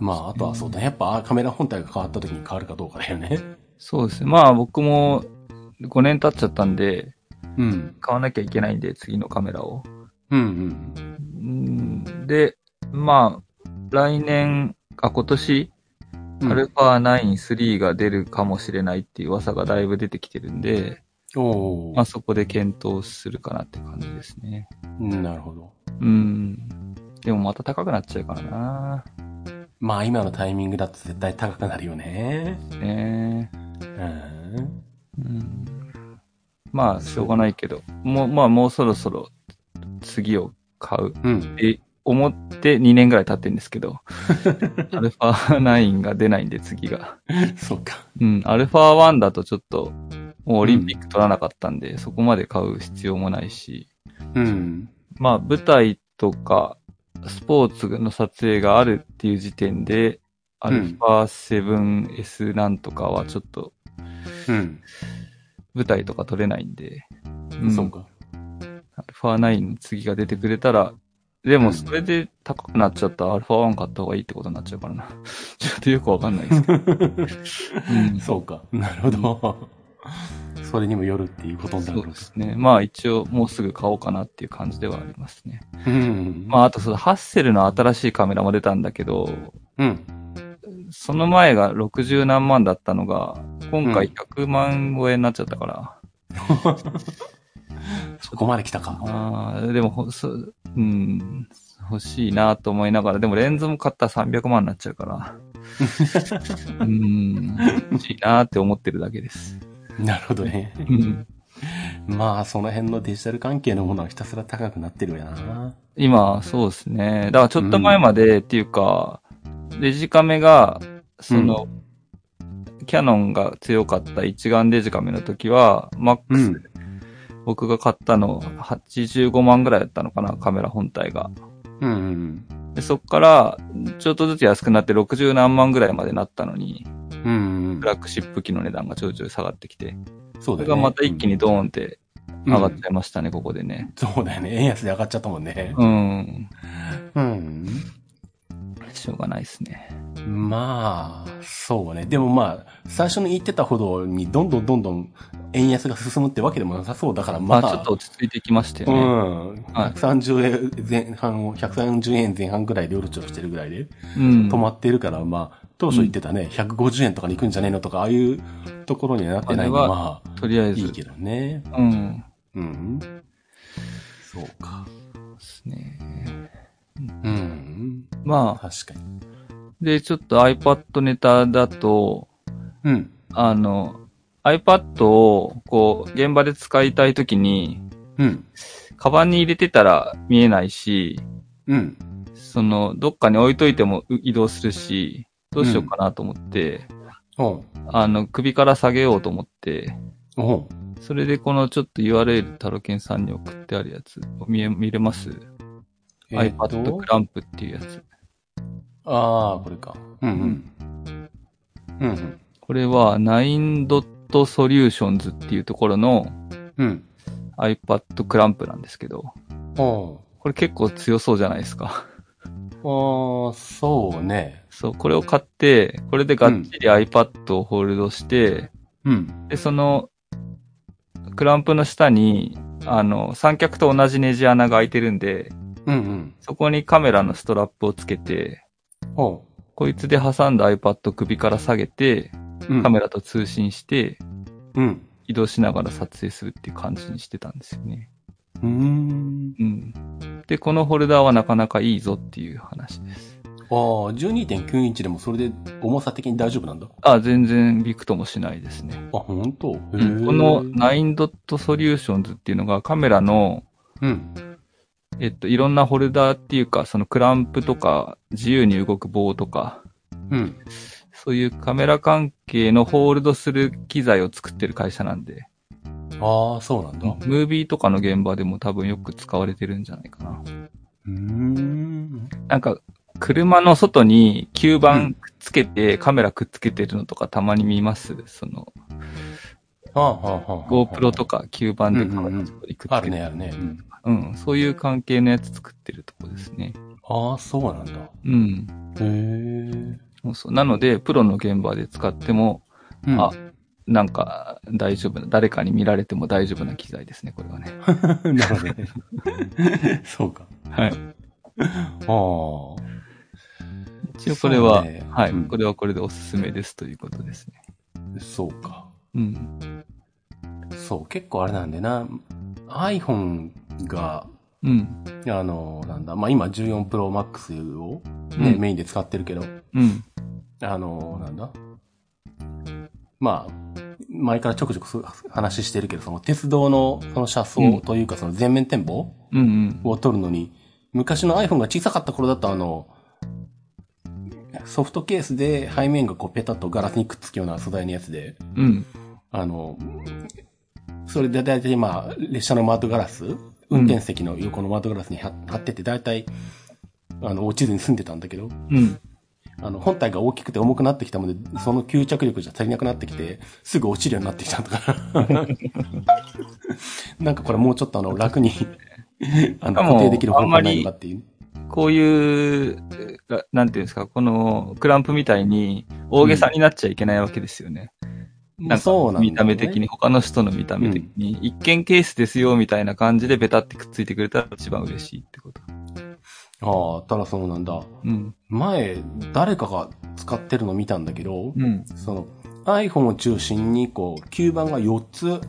A: まあ、あとはそうだね。やっぱカメラ本体が変わった時に変わるかどうかだよね。
B: そうですね。まあ僕も5年経っちゃったんで、
A: うん。
B: 買わなきゃいけないんで、次のカメラを。
A: うん
B: うんで、まあ、来年、あ、今年、
A: うん。
B: アルファ9-3が出るかもしれないっていう噂がだいぶ出てきてるんで、
A: お
B: まあ
A: ー
B: そこで検討するかなって感じですね。
A: うんなるほど。
B: うん。でもまた高くなっちゃうからな。
A: まあ、今のタイミングだと絶対高くなるよね。
B: ね
A: うん。
B: うん。まあ、しょうがないけど、もう、まあもうそろそろ次を買う
A: うん。
B: って思って2年ぐらい経ってるんですけど、アルファ9が出ないんで次が。
A: そうか。
B: うん、アルファ1だとちょっと、もうオリンピック取らなかったんで、そこまで買う必要もないし、
A: うん。
B: まあ舞台とか、スポーツの撮影があるっていう時点で、アルファ 7S なんとかはちょっと
A: うん。
B: 舞台とか撮れないんで、うん
A: そうか。
B: アルファ9の次が出てくれたら、で
A: う
B: も
A: ん
B: それで高くなっちゃったらアルファ1買った方がいいってことになっちゃうからな。 ちょっとよくわかんないですけど。う ん
A: そうか。なるほど。それにもよるっていうことにな
B: そう
A: る
B: で。すね。まあ一応もうすぐ買おうかなっていう感じではありますね。
A: うん。
B: まああとそのハッセルの新しいカメラも出たんだけど、
A: うん。
B: その前が60何万だったのが、今回
A: うん
B: 100万超えになっちゃったから。
A: そこまで来たか。
B: ああ、でもほ、そうん、欲しいなと思いながら、でもレンズも買ったら300万になっちゃ うから。うん、欲しいなって思ってるだけです。
A: なるほど ね。
B: うん
A: まあ、その辺のデジタル関係のものはひたすら高くなってるよな。
B: 今、そうですね。だからちょっと前までっていうか、デジカメが、その、キャノンが強かった一眼デジカメの時は、マックス、
A: うん
B: 僕が買ったの85万ぐらいだったのかな、カメラ本体が。
A: うんうん
B: でそっから、ちょっとずつ安くなって60何万ぐらいまでなったのに、
A: うん。うん
B: フラッグシップ機の値段がちょいちょい下がってきて、
A: うん。そう
B: そ
A: だ
B: れ
A: よね。
B: がまた一気にドーンって
A: うん
B: 上がっちゃいましたね、ここでね。
A: そうだよね。円安で上がっちゃったもんね。
B: うん。
A: うん。
B: しょうがないですね。
A: まあ、そうね。でもまあ、最初に言ってたほどにどんどんどんどん円安が進むってわけでもなさそうだから、
B: ま
A: ま
B: あ
A: あ。
B: ちょっと落ち着いてきましたよ
A: う
B: ね。
A: ん。
B: はい
A: 130円前半を、130円前半ぐらいでうろちょろしてるぐらいで。
B: うん。
A: 止まってるから、まあ、当初言ってたね、150円とかに行くんじゃねえのとか、ああいうところにはなってないの
B: あれは
A: は、ま
B: とりあ
A: あ、
B: えず。
A: いいけどね。
B: うん。
A: うん。そうか。
B: ですね。
A: うん。
B: まあ、
A: 確かに。
B: で、ちょっと iPad ネタだと、
A: うん。
B: あの、iPad を、こう、現場で使いたいときに、
A: うん。
B: カバンに入れてたら見えないし、
A: うん。
B: その、どっかに置いといてもう移動するし、どうしようかなと思って、
A: おう。
B: あの、首から下げようと思って、
A: おう。
B: それでこのちょっと URL タロケンさんに送ってあるやつ、見え、見れます、
A: っと
B: ?iPad クランプっていうやつ。
A: ああ、これか。うんうん。うん
B: これは 9.solutions っていうところの
A: うん。うん。
B: iPad クランプなんですけど、
A: おう。
B: これ結構強そうじゃないですか。
A: あ あ、そうね。
B: そう、これを買って、これでがっちり iPad をホールドして、
A: うん。
B: で、その、クランプの下に、あの、三脚と同じネジ穴が開いてるんで、
A: うんうん。
B: そこにカメラのストラップをつけて、
A: ほ
B: こいつで挟んだ iPad 首から下げて、
A: う。うん
B: カメラと通信して、
A: うん。
B: 移動しながら撮影するっていう感じにしてたんですよね。
A: うーん。
B: うん。で、このホルダーはなかなかいいぞっていう話です。
A: ああ、12.9インチでもそれで重さ的に大丈夫なんだ。
B: あ、全然びくともしないですね。
A: あ、ほんとこ
B: うんこの 9.solutions っていうのがカメラの、
A: うん。
B: えっと、いろんなホルダーっていうか、そのクランプとか、自由に動く棒とか、
A: うん。
B: そういうカメラ関係のホールドする機材を作ってる会社なんで、
A: ああ、そうなんだ。
B: ムービーとかの現場でも多分よく使われてるんじゃないかな。
A: うーん。
B: なんか、車の外に吸
A: う
B: 盤くっつけて、カメラくっつけてるのとかたまに見ますその、
A: はあ、はあはあはあ、
B: GoPro とか吸盤でカメラの外にくっ
A: あ
B: つけ
A: る
B: て
A: ね、あるね。うん
B: うん、そういう関係のやつ作ってるとこですね。
A: ああ、そうなんだ。へ
B: うん。
A: え。
B: そうそうなので、プロの現場で使っても、
A: うん
B: あ、なんか大丈夫な、誰かに見られても大丈夫な機材ですね、これはね。
A: なるほどね。そうか。
B: は
A: あ
B: い。
A: あ。
B: 一応これは、
A: そうね
B: はい、
A: うん
B: これはこれでおすすめですということですね。
A: そうか。
B: うん。
A: そう、結構あれなんでな。iPhone が、
B: うん。
A: あの、なんだ、まあ、今14 Pro Max をね、
B: うん
A: メインで使ってるけど、
B: うん。
A: あの、なんだ。まあ、前からちょくちょくそう話してるけど、その鉄道のその車窓というか、その全面展望
B: うんうん。
A: を撮るのに、昔の iPhone が小さかった頃だとあの、ソフトケースで背面がこうペタッとガラスにくっつくような素材のやつで、
B: うん。
A: あの、それで大体まあ、列車の窓ガラス、運転席の横の窓ガラスに貼貼ってて、大体、あの、落ちずに済んでたんだけど、
B: うん。
A: あの、本体が大きくて重くなってきたので、その吸着力じゃ足りなくなってきて、すぐ落ちるようになってきたとか。 なんかこれもうちょっとあの、楽に、あの、
B: しかも
A: 固定できる方法ないのかっていう。
B: こういう、らなんていうんですか、このクランプみたいに大げさになっちゃいけないわけですよね。なんか
A: そうなんだよね
B: 見た目的に、他の人の見た目的に、一見ケースですよみたいな感じでベタってくっついてくれたら一番嬉しいってこと。
A: ああ、ただそうなんだ。
B: うん。
A: 前、誰かが使ってるの見たんだけど、
B: うん。
A: その、iPhone を中心に、こう、吸盤が4つ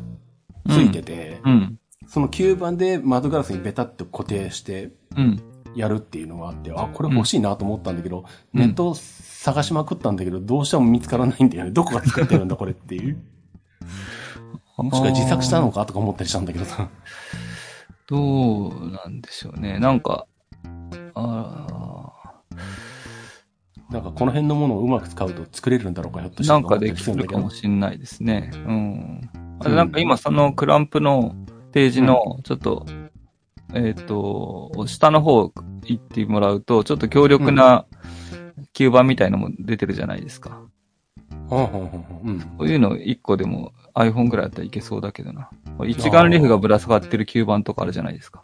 A: ついてて、
B: うん。
A: その吸盤で窓ガラスにベタッと固定して
B: うん。
A: やるっていうのがあって、あ、これ欲しいなと思ったんだけど、
B: うん
A: ネット探しまくったんだけど、どうしても見つからないんだよね。ど こが作ってるんだ、これっていう。もしかして自作したのかとか思ったりしたんだけどさ。
B: どうなんでしょうね。なんか、あ
A: なんかこの辺のものをうまく使うと作れるんだろうか、ひょっと
B: ー
A: して。
B: なんかでき
A: るん
B: る
A: だけ
B: か
A: ど
B: も。しんないですね。うん。あと
A: うん
B: なんか今そのクランプのページの、ちょっと、えっ、と、下の方行ってもらうと、ちょっと強力な吸盤みたいのも出てるじゃないですか。
A: うんうんうんうん
B: こういうの1個でも iPhone ぐらいだったらいけそうだけどな。これ一眼レフがぶら下がってる吸盤とかあるじゃないですか。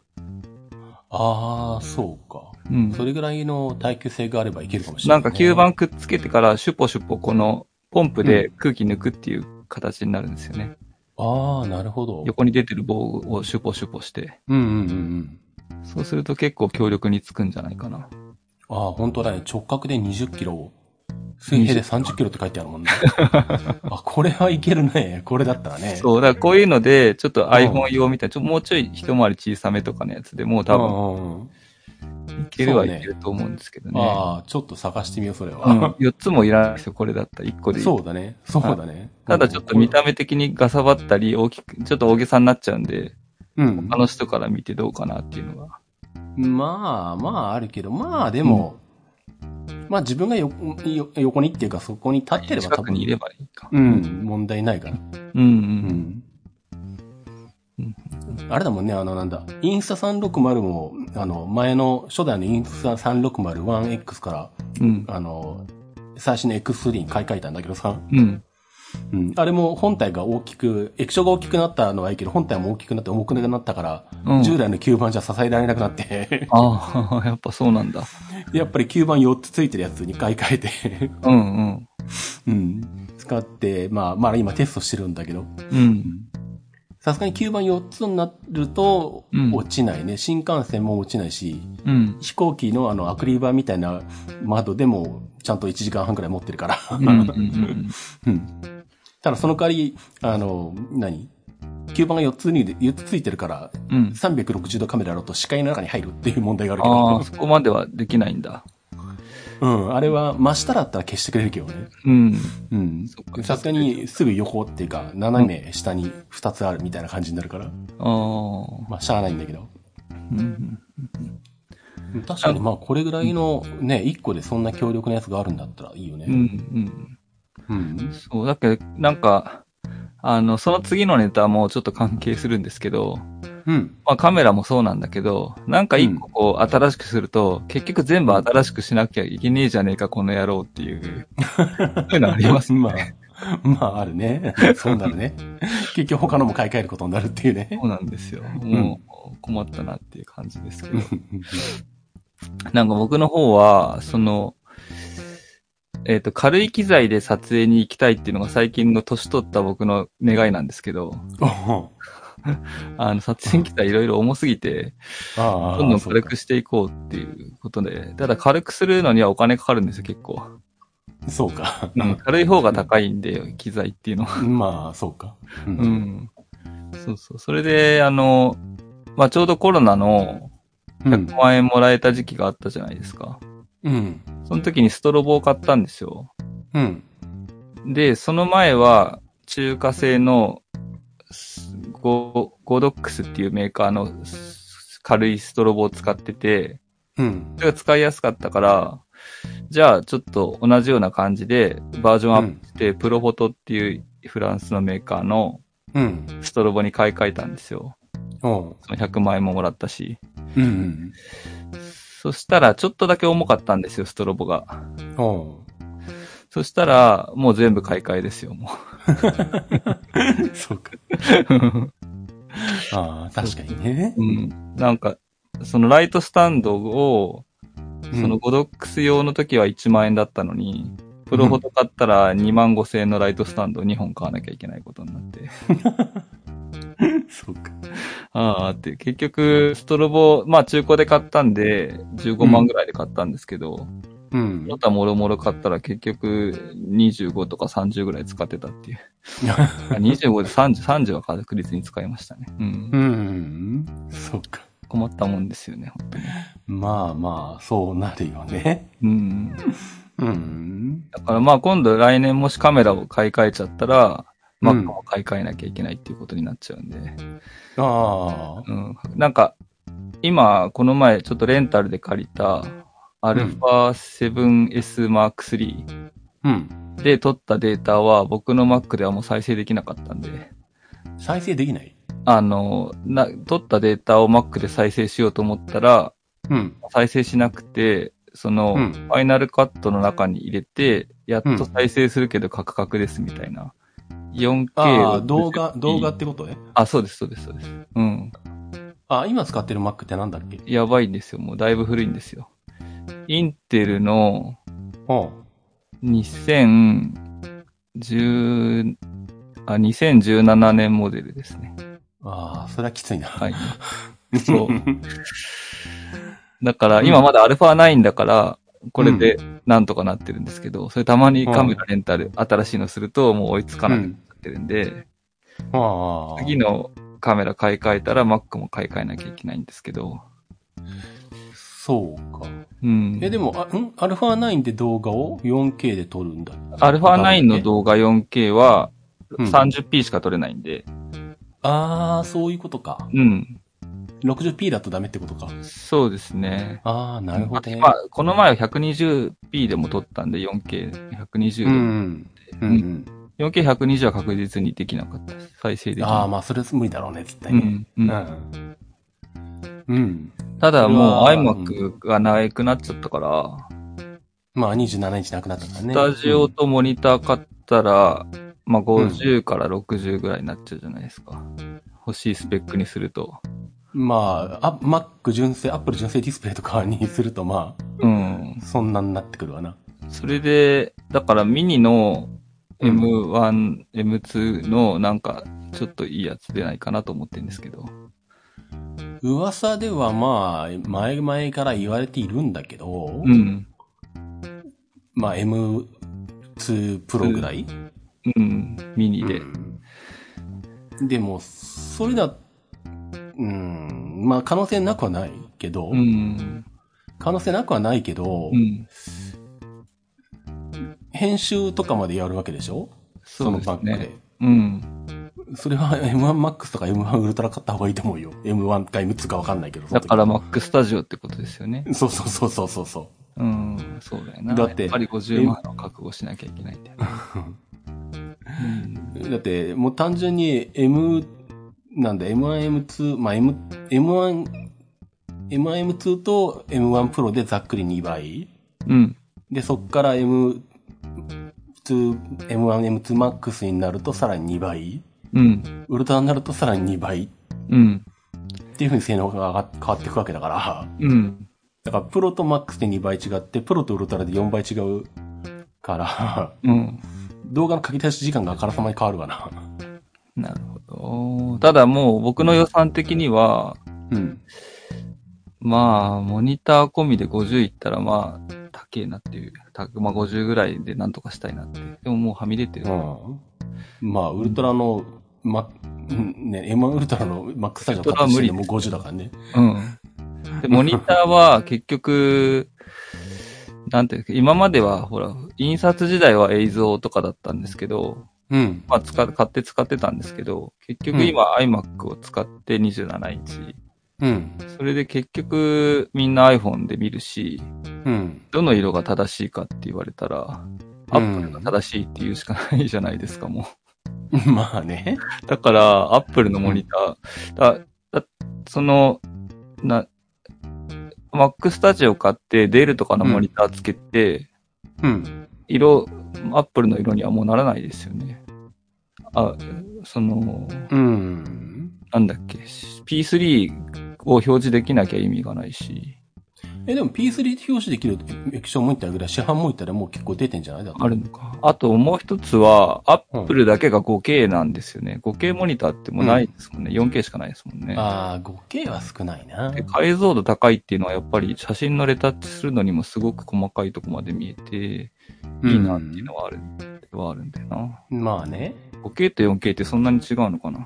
A: ああ、そうか。
B: うん。
A: それぐらいの耐久性があればいけるかもしれ
B: な
A: ない、
B: んか吸盤くっつけてからシュポシュポこのポンプで空気抜くっていう形になるんですよね。
A: ああ、なるほど。
B: 横に出てる棒をシュポシュポして。
A: うんうんうんうん。
B: そうすると結構強力につくんじゃないかな。
A: ああ、本当だね。直角で20キロ。水平で30キロって書いてある もんね。あ、これはいけるね。これだったらね。う。
B: そう、だからこういうので、ちょっと
A: ん
B: iPhone 用みたいな、ちょもうちょい一回り小さめとかのやつでもう多分
A: 分。
B: いける
A: そ
B: は
A: うね
B: いけると思うんですけどね。
A: ああ、ちょっと探してみよう、それ
B: うん、
A: は。
B: 4つもいらないですよ、これだったら1個でい い。
A: そうだね。そうだね。
B: ただちょっと見た目的にガサばったり大きく、ちょっと大げさになっちゃうんで、
A: うん
B: あ。の人から見てどうかなっていうのが。
A: まあ、まああるけど、まあでも、まあ自分がよよ横にっていうかそこに立ってれば
B: 近
A: 多
B: くにい
A: 分、
B: ればいいか。
A: うん、問題ないから。
B: うんうん
A: うん
B: うん
A: あれだもんね、あの、なんだ、インスタ360も、あの、前の初代のインスタ 360-1X か
B: うん。
A: ら、あの、最新の X3 に買い替えたんだけどさ、
B: うん。
A: うん、あれも本体が大きく、液晶が大きくなったのはいいけど、本体も大きくなって重くなったから、
B: うん
A: 従来の吸盤じゃ支えられなくな って、
B: ああ、やっぱそうなんだ。
A: やっぱり吸盤4つついてるやつに買い替えて、
B: うんうん。
A: うん、使って、まあ、まあ今テストしてるんだけど、
B: うん。
A: さすがに9番4つになると
B: うん
A: 落ちないね。新幹線も落ちないし、
B: うん。
A: 飛行機のあのアクリル板みたいな窓でもちゃんと1時間半くらい持ってるから。
B: うんうんうん
A: うん。ただその代わり、あの、何吸盤が4つに、4つついてるから、
B: うん。うん。
A: 360度カメラだと視界の中に入るっていう問題があるけ
B: ああ、
A: ど、
B: そこまではできないんだ。
A: うん、あれは真下だったら消してくれるけどね。
B: うん。
A: うん
B: そっ。か
A: さすがにすぐ横っていうか、斜め下に2つあるみたいな感じになるから、
B: ああ。うん
A: まあ、しゃあないんだけど。
B: うん。
A: 確かにまあ、これぐらいのね、1個でそんな強力なやつがあるんだったらいいよね。
B: うん。うん。
A: うん。
B: そう、だけど、なんか、あの、その次のネタもちょっと関係するんですけど、
A: うん。
B: まあカメラもそうなんだけど、なんか一個こう新しくすると、結局全部新しくしなきゃいけねえじゃねえか、この野郎って いう、そういうのありますね。
A: まあ、まあ、あるね。 そうなるね。結局他のも買い替えることになるっていうね
B: そ。うなんですよ。もう困ったなっていう感じです けど。なんか僕の方は、その、えっ、と、軽い機材で撮影に行きたいっていうのが最近の年取った僕の願いなんですけど、
A: あ
B: あの、撮影機材いろいろ重すぎて、
A: あ
B: どんどん軽くしていこうっていうことで、ただ軽くするのにはお金かかるんですよ、結構。
A: そうか。
B: 軽い方が高いんで、機材っていうのは。
A: まあ、そうか。う
B: う。ん。そうそう。それで、あの、まあ、ちょうどコロナの
A: うん
B: 100。万円もらえた時期があったじゃないですか。
A: うん。
B: その時にストロボを買ったんですよ。
A: うん。
B: で、その前は、中華製のスゴゴドックスっていうメーカーのス軽いストロボを使ってて、
A: うん。
B: それが使いやすかったから、じゃあちょっと同じような感じでバージョンアップして、プロフォトっていうフランスのメーカーの
A: うん。
B: ストロボに買い替えたんですよ。
A: おう
B: その100万円ももらったし。
A: うん。
B: そしたらちょっとだけ重かったんですよ、ストロボが。
A: おう
B: そしたらもう全部買い替えですよ、も
A: そうか。
B: う。
A: ああ、確かにね。
B: うん、なんか、そのライトスタンドを、
A: うん
B: そのゴドックス用の時は1万円だったのに、プロフォト買ったら2万5千円のライトスタンドを2本買わなきゃいけないことになって。
A: そうか。
B: ああ、って、結局、ストロボ、まあ中古で買ったんで、15万ぐらいで買ったんですけど、
A: うん
B: ま。たもろもろ買ったら結局、25とか30ぐらい使ってたっていう。あ25で30、30は確実に使いましたね。うん
A: う。ん。そうか。
B: 困ったもんですよね、本当に。
A: まあまあ、そうなるよね。
B: うん。
A: うん。
B: だからまあ今度来年もしカメラを買い替えちゃったら、
A: うん
B: Mac も買い替えなきゃいけないっていうことになっちゃうんで。
A: ああ。
B: うん。なんか、今、この前ちょっとレンタルで借りた、α7S Mark III、
A: うん。
B: で撮ったデータは僕の Mac ではもう再生できなかったんで、
A: 再生できない
B: あの、な、撮ったデータを Mac で再生しようと思ったら、
A: うん。
B: 再生しなくて、その、
A: うん
B: ファイナルカットの中に入れて、やっと再生するけどカクカクですみたいな。4K
A: あ
B: を
A: あ、動画、動画っ。てことね。
B: あ、そうです、そうです、そうです。うん。
A: あ、今使ってる Mac ってなんだっけ
B: やばいんですよ。もうだいぶ古いんですよ。インテルの
A: おう
B: 2010、あ、2017年モデルですね。
A: ああ、それはきついな。
B: はい。 そう。だから、今まだ α9 だから、これでなんとかなってるんですけど、それたまにカメラレンタル、新しいのするともう追いつかなくなってるんで、
A: ああ。
B: 次のカメラ買い替えたら Mac も買い替えなきゃいけないんですけど、
A: そうか。
B: うん。
A: え、でも、あ、んアルファ9で動画を 4K で撮るんだ。
B: α9 の動画 4K は
A: うん
B: 30p しか撮れないんで、
A: あー、そういうことか。
B: うん。
A: 60p だとダメってことか。
B: そうですね。
A: あー、なるほどね。
B: まあ、この前は 120p でも撮ったんで、4K、120
A: う
B: で。
A: ん。うんうん。
B: 4K120 は確実にできなかったです。再生できな
A: あー、
B: い。
A: まあ、それ無理だろうね、絶対
B: う
A: ね。
B: ん。うん
A: うん。うん。
B: ただもう
A: それは
B: iMac がなくなっちゃったから、
A: まあ、27インチなくなったからね。
B: スタジオとモニター買ったら、まあ50から60ぐらいになっちゃうじゃないですか。欲しいスペックにすると。
A: うんまあ、あ、Mac 純正、Apple 純正ディスプレイとかにすると、ま
B: うん
A: あ、。そんなになってくるわな。
B: それで、だからミニの
A: うん
B: M1、M2 のなんかちょっといいやつ出ないかなと思ってるんですけど。
A: 噂ではまあ、前々から言われているんだけど、
B: うん。
A: まあ M2 プロぐらい、
B: うん。ミニで。
A: うんでも、それだ、うん、まあ可能性なくはないけど、
B: うん。
A: 可能性なくはないけど、
B: うん。
A: 編集とかまでやるわけでしょそのバックで。
B: うん。
A: それは M1MAX とか M1 ウルトラ買った方がいいと思うよ。M1 か M2 かわかんないけど。その
B: だ
A: 時
B: から Mac スタジオってことですよね。
A: そうそうそうそうそうそう。
B: うん。そうだよな。
A: だって
B: やっぱり50万の覚悟しなきゃいけないんだよね。うん
A: だって、もう単純に M、なんだ、M1、M2、まあ、M、M1、M1、M2 と M1 プロでざっくり2倍。
B: うん。
A: で、そっから M2、M1、M2 Max になるとさらに2倍。
B: うん。
A: ウルトラになるとさらに2倍っ
B: うん。
A: ていう風に性能が上がっ変わっていくわけだから。
B: うん。
A: だから、プロと Max で2倍違って、プロとウルトラで4倍違うから、
B: うん。
A: 動画の書き出し時間があからさまに変わるわな。
B: なるほど。ただもう僕の予算的には、
A: うん。
B: まあ、モニター込みで50いったら、まあ、高えなっていう。たまあ、50ぐらいでなんとかしたいなって。でももうはみ出てる。
A: うん。まあ、ウルトラの、ま、うんね、M1 ウルトラのマックスタジオ買った時点でもう50だからね。
B: うん。で、モニターは結局、なんていうか、今までは、ほら、印刷時代は映像とかだったんですけど、
A: うん。
B: まあ、使っ、買って使ってたんですけど、結局今、iMac を使って27インチ。
A: うん。
B: それで結局、みんな iPhone で見るし、
A: うん。
B: どの色が正しいかって言われたら、アップルが正しいって言うしかないじゃないですか、も
A: まあね。
B: う。だから、アップルのモニター、だ、だその、な、Mac スタジオ買って、デールとかのモニターつけて、
A: うん。
B: 色、アップルの色にはもうならないですよね。あ、その、
A: うん。
B: なんだっけ、P3 を表示できなきゃ意味がないし、
A: え、でも P3 表示できる液晶モニターぐらい、市販モニターでもう結構出てんじゃないだって
B: あるのか。あともう一つは、アップルだけが 5K なんですよね。5K モニターってもうないですもんね。4K しかないですもんね。
A: ああ、5K は少ないな。
B: で解像度高いっていうのはやっぱり写真のレタッチするのにもすごく細かいとこまで見えて、いいなっていうのはある、はあるんだよな。
A: まあね。
B: 5K と 4K ってそんなに違うのかな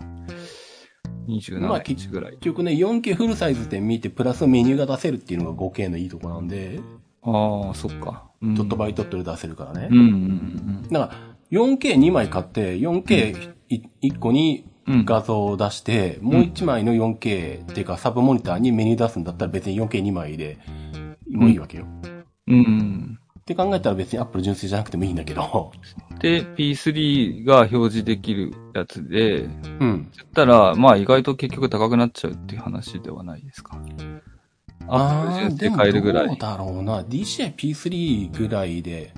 A: まあ
B: ?27
A: き
B: インチぐらい。
A: 結局ね、4K フルサイズで見て、プラスメニューが出せるっていうのが 5K のいいとこなんで、
B: ああ、そっか。うん
A: ドットバイドットで出せるからね。
B: うんうん
A: だから 4K2 枚買って、4K1 個に
B: うんうん。
A: 画像を出して、もう1枚の 4K っていうかサブモニターにメニュー出すんだったら別に 4K2 枚でもいいわけよ。
B: うん。
A: って考えたら別に Apple 純正じゃなくてもいいんだけど。
B: で、P3 が表示できるやつで、
A: うん。
B: だったら、まあ意外と結局高くなっちゃうっていう話ではないですか。アップル純
A: で
B: 正
A: も
B: 買えるぐら
A: どう
B: い。
A: だろうな。DCI-P3 ぐらいで、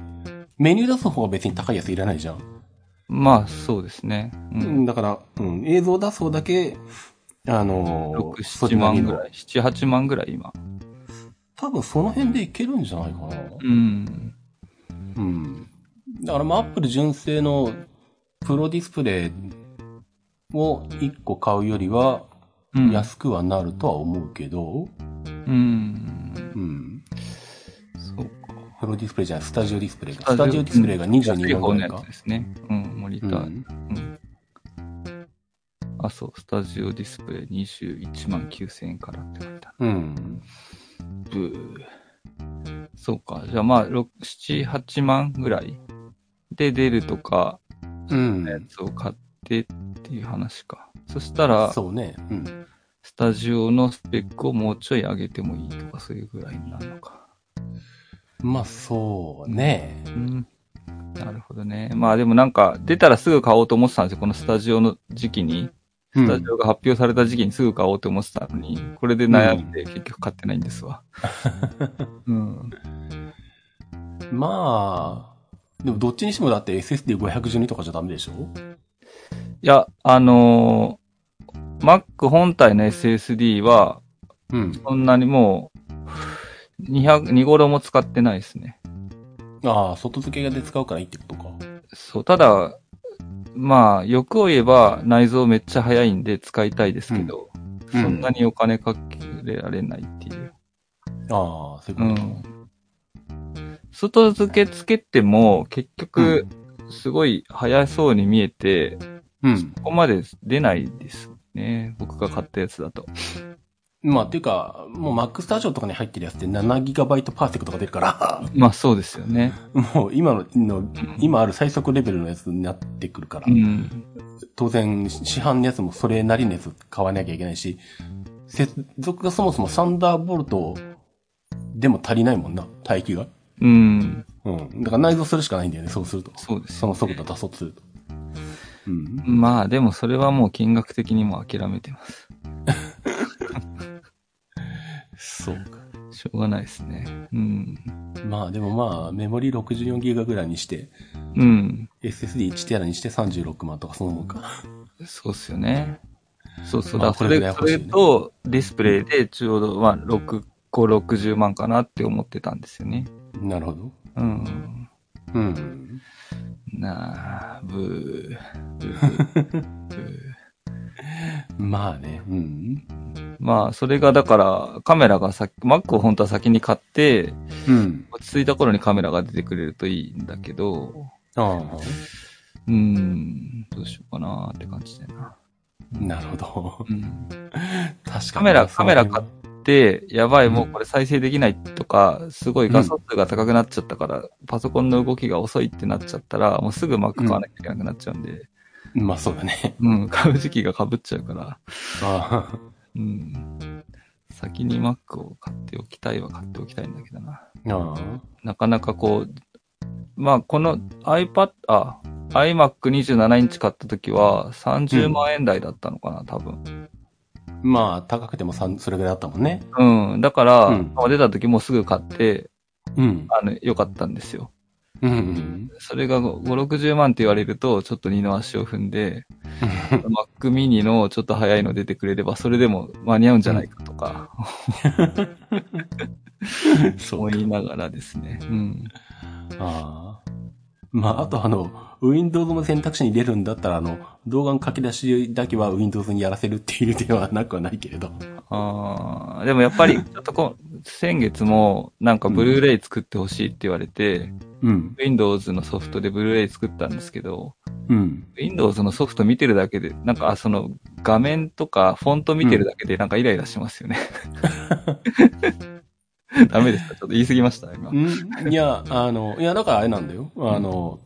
A: メニュー出す方が別に高いやついらないじゃん。
B: まあそうですね。う。
A: うんん、だから、うん、映像出す方だけ、あの
B: 6、
A: ー、
B: 7万ぐ
A: い。
B: らい。7、8万ぐらい今。
A: 多分その辺でいけるんじゃないかな。
B: うん。
A: うん。だからまあ、アップル純正のプロディスプレイを1個買うよりは
B: うん。
A: 安くはなるとは思うけど、
B: うん。
A: うん。
B: そうか。
A: プロディスプレイじゃない、スタジオディスプレイか。
B: ス
A: ス
B: タ
A: タ
B: ジ
A: ジ
B: オ
A: オディスプレイが22
B: 方
A: 万ぐら
B: の
A: い
B: やつ
A: か。
B: ですね。うん、モニタ
A: う
B: ー。
A: ん。
B: あ、そう、スタジオディスプレイ21万9000円からって書いてある。
A: うん。
B: ブー。そうか。じゃあまあ、6 7、8万ぐらいで出るとか、
A: うん。
B: やつを買ってっていう話か。そしたら、
A: そうね。うん。
B: スタジオのスペックをもうちょい上げてもいいとか、そういうぐらいになるのか。
A: まあ、そうね。
B: うん。なるほどね。まあでもなんか、出たらすぐ買おうと思ってたんですよ。このスタジオの時期に。
A: うん
B: スタジオが発表された時期にすぐ買おうと思ってたのに、これで悩んで結局買ってないんですわ。 うん。
A: まあ、でもどっちにしてもだって SSD512 とかじゃダメでしょ
B: いや、あのー、Mac 本体の SSD は、
A: うん。
B: そんなにもう、200、2頃も使ってないですね。
A: ああ、外付けで使うからいいってことか。
B: そう、ただ、まあ、欲を言えば内臓めっちゃ早いんで使いたいですけど、
A: うん
B: そんなにお金かけられないっていう。
A: ああ、そういうこ
B: う
A: とか。
B: ん。外付けつけても、結局、すごい早そうに見えて、
A: うん。
B: ここまで出ないですね。僕が買ったやつだと。
A: まあ、っていうか、もう Mac スタジオとかに入ってるやつって 7GB パーセックとか出るから、
B: まあそうですよね。
A: もう今の今ある最速レベルのやつになってくるから、
B: うん。
A: 当然市販のやつもそれなりのやつ買わなきゃいけないし、接続がそもそもサンダーボルトでも足りないもんな、帯域が。
B: うん。
A: うん。だから内蔵するしかないんだよね、そうすると。
B: そうです
A: そ
B: よ
A: の速度出そうとすると。うん。
B: まあでもそれはもう金額的にも諦めてます。
A: そうか。
B: しょうがないですね。うん。
A: まあでもまあ、メモリ 64GB ぐらいにして、
B: うん。
A: SSD1 テラにして36万とかそのもんか。
B: そうっすよね。そうそう。
A: まあ
B: だからそ
A: これぐらい
B: れ、そ
A: 欲しい
B: れ
A: ね
B: とディスプレイでちょうど、まあ、6、5、60万かなって思ってたんですよね。
A: なるほど。
B: うん。
A: うん。
B: なあ、ブー。ブーブー
A: まあね。うん。
B: まあ、それがだから、カメラがさ、Mac を本当は先に買って、
A: うん。
B: 落ち着いた頃にカメラが出てくれるといいんだけど、
A: あ
B: うーん、どうしようかなって感じだよな。
A: あ。なるほど。
B: うん。
A: 確かに。
B: カメラ
A: その辺は
B: カメラで、やばい、
A: うん
B: もうこれ再生できないとか、すごい画素数が高くなっちゃったから、パソコンの動きが遅いってなっちゃったら、もうすぐ Mac 買わなきゃいけなくなっちゃうんで、
A: まあそうだね。
B: うん、買う時期が被っちゃうから、
A: ああ。
B: うん。先に Mac を買っておきたいは買っておきたいんだけどな。
A: ああ。
B: なかなかこう、まあ、この iPad、あ、iMac27 インチ買った時は30万円台だったのかな、多分。
A: まあ、高くてもさんそれぐらいだったもんね。
B: うん。だから、
A: うん
B: まあ出た時もうすぐ買って、
A: うん。
B: あの、良かったんですよ。
A: うんうん。
B: それが5、60万って言われると、ちょっと二の足を踏んで、Mac mini のちょっと早いの出てくれれば、それでも間に合うんじゃないかとか、
A: そう
B: 思。いながらですね。うん。
A: ああ。まあ、あとあの、Windows も選択肢に入れるんだったら、あの、動画の書き出しだけは Windows にやらせるっていう手はなくはないけれど。
B: ああ、でもやっぱり、ちょっとこう、先月も、なんかブルーレイ作ってほしいって言われて、
A: うん。
B: Windows のソフトでブルーレイ作ったんですけど、
A: うん。
B: Windows のソフト見てるだけで、なんかその画面とかフォント見てるだけでなんかイライラします よね。ダメですかちょっと言い過ぎました今。
A: んいや、あの、いや、だからあれなんだよ。あの、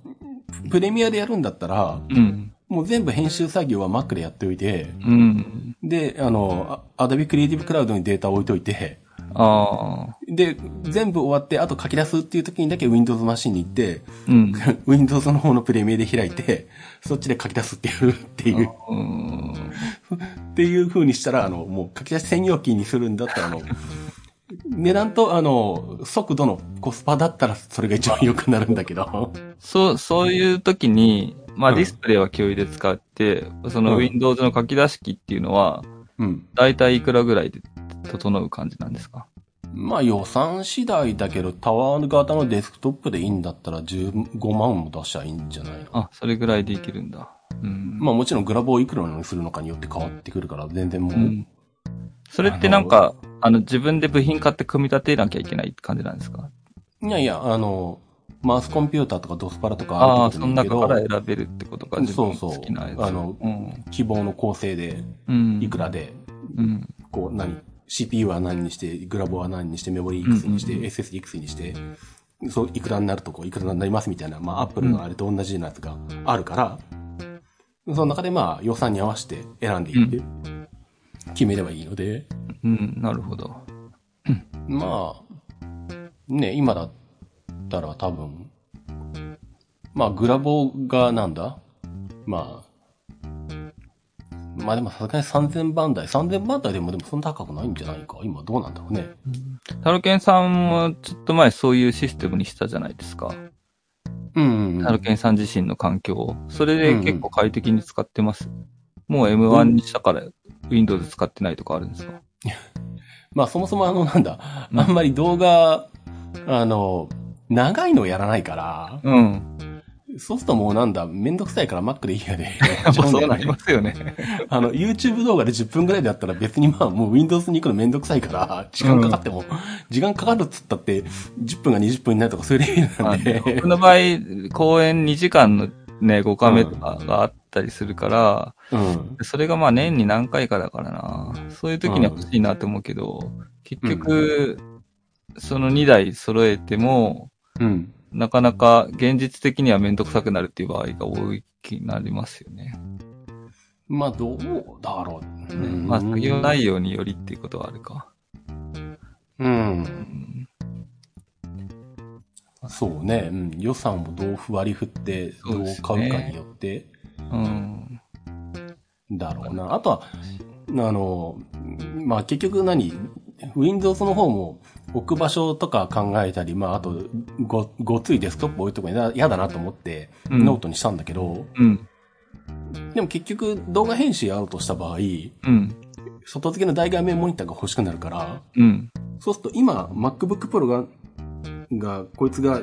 A: プレミアでやるんだったら、
B: うん。
A: もう全部編集作業は Mac でやっておいて、
B: うん。
A: で、あの、あ Adobe Creative Cloud にデータを置いといて、
B: ああ。
A: で、全部終わって、あと書き出すっていう時にだけ Windows マシンに行って、
B: うん。
A: Windows の方のプレミアで開いて、そっちで書き出すっていう、っていう、
B: うん
A: っていう風にしたら、あの、もう書き出し専用機にするんだったら、あの、値段と、あの、速度のコスパだったら、それが一番良くなるんだけど。
B: そう、そういう時に、まあ
A: うん
B: ディスプレイは共有で使って、そうの
A: ん
B: Windows の書き出し機っていうのは、
A: うん。
B: だいたいいくらぐらいで整う感じなんですか
A: まあ予算次第だけど、タワー型のデスクトップでいいんだったら15万も出しゃいいんじゃないの
B: あ、それぐらいでいけるんだ。うん。
A: まあもちろんグラボをいくらにするのかによって変わってくるから、全然もう、
B: うんそれってなんか、あの、自分で部品買って組み立てなきゃいけないって感じなんですか
A: いやいや、あの、マウスコンピューターとかドスパラとか
B: あ
A: あ
B: あ、
A: ると
B: そ
A: 思う
B: の
A: んだけど
B: 中から選べるってことか、
A: うん
B: 自分
A: そう
B: の
A: そう
B: 好きなやつ。
A: あの
B: うん。
A: 希望の構成で、
B: うん。
A: いくらで、
B: うん。
A: こう何、CPU は何にして、グラボは何にして、メモリーいくつにして、
B: うんうん
A: SSD いくつにして、そう、いくらになるとこ、いくらになりますみたいな、まあ、Apple のあれと同じようなやつがあるから、その中でまあ、予算に合わせて選んでいって、決めればいいので、
B: うん、なるほど。
A: まあ、ね、今だったら多分、まあ、グラボがなんだまあ、まあでもさすがに3000番台。3000番台でもでもそんな高くないんじゃないか今どうなんだろうね。
B: タロケンさんもちょっと前そういうシステムにしたじゃないですか。
A: うん、うん。
B: タロケンさん自身の環境を。それで結構快適に使ってます。もう M1 にしたから Windows 使ってないとかあるんですか
A: まあそもそもあのなんだ、
B: うん
A: あんまり動画、あの、長いのをやらないから、
B: うん。
A: そうするともうなんだ、めんどくさいから Mac でいいやで。
B: やっぱそうなり ますよね。
A: あの、YouTube 動画で10分ぐらいでやったら別にまあもう Windows に行くのめんどくさいから、時間かかっても、時間かかるっつったって、10分が20分になるとか そういうレベルなんで。
B: 僕の場合、公演2時間のね、5カメとかがあったりするから、
A: うん。
B: それがまあ年に何回かだからな。そういう時には欲しいなって思うけど、結局、その2台揃えても、
A: うん。
B: なかなか現実的にはめんどくさくなるっていう場合が多い気になりますよね。
A: まあどうだろう。うん、
B: まあ、作業内容によりっていうことはあるか。
A: うん
B: う。ん、
A: そうね。うん。予算をどう割り振って、どう買うかによって、
B: うん。
A: だろうな。あとは、あの、まあ、結局何 ?Windows の方も置く場所とか考えたり、まあ、あと、ご、ごついデスクトップ置いとくの嫌だなと思って、
B: うん
A: ノートにしたんだけど、
B: うん。
A: でも結局動画編集やろうとした場合、
B: うん。
A: 外付けの大画面モニターが欲しくなるから、
B: うん。
A: そうすると今、MacBook Pro が、が、こいつが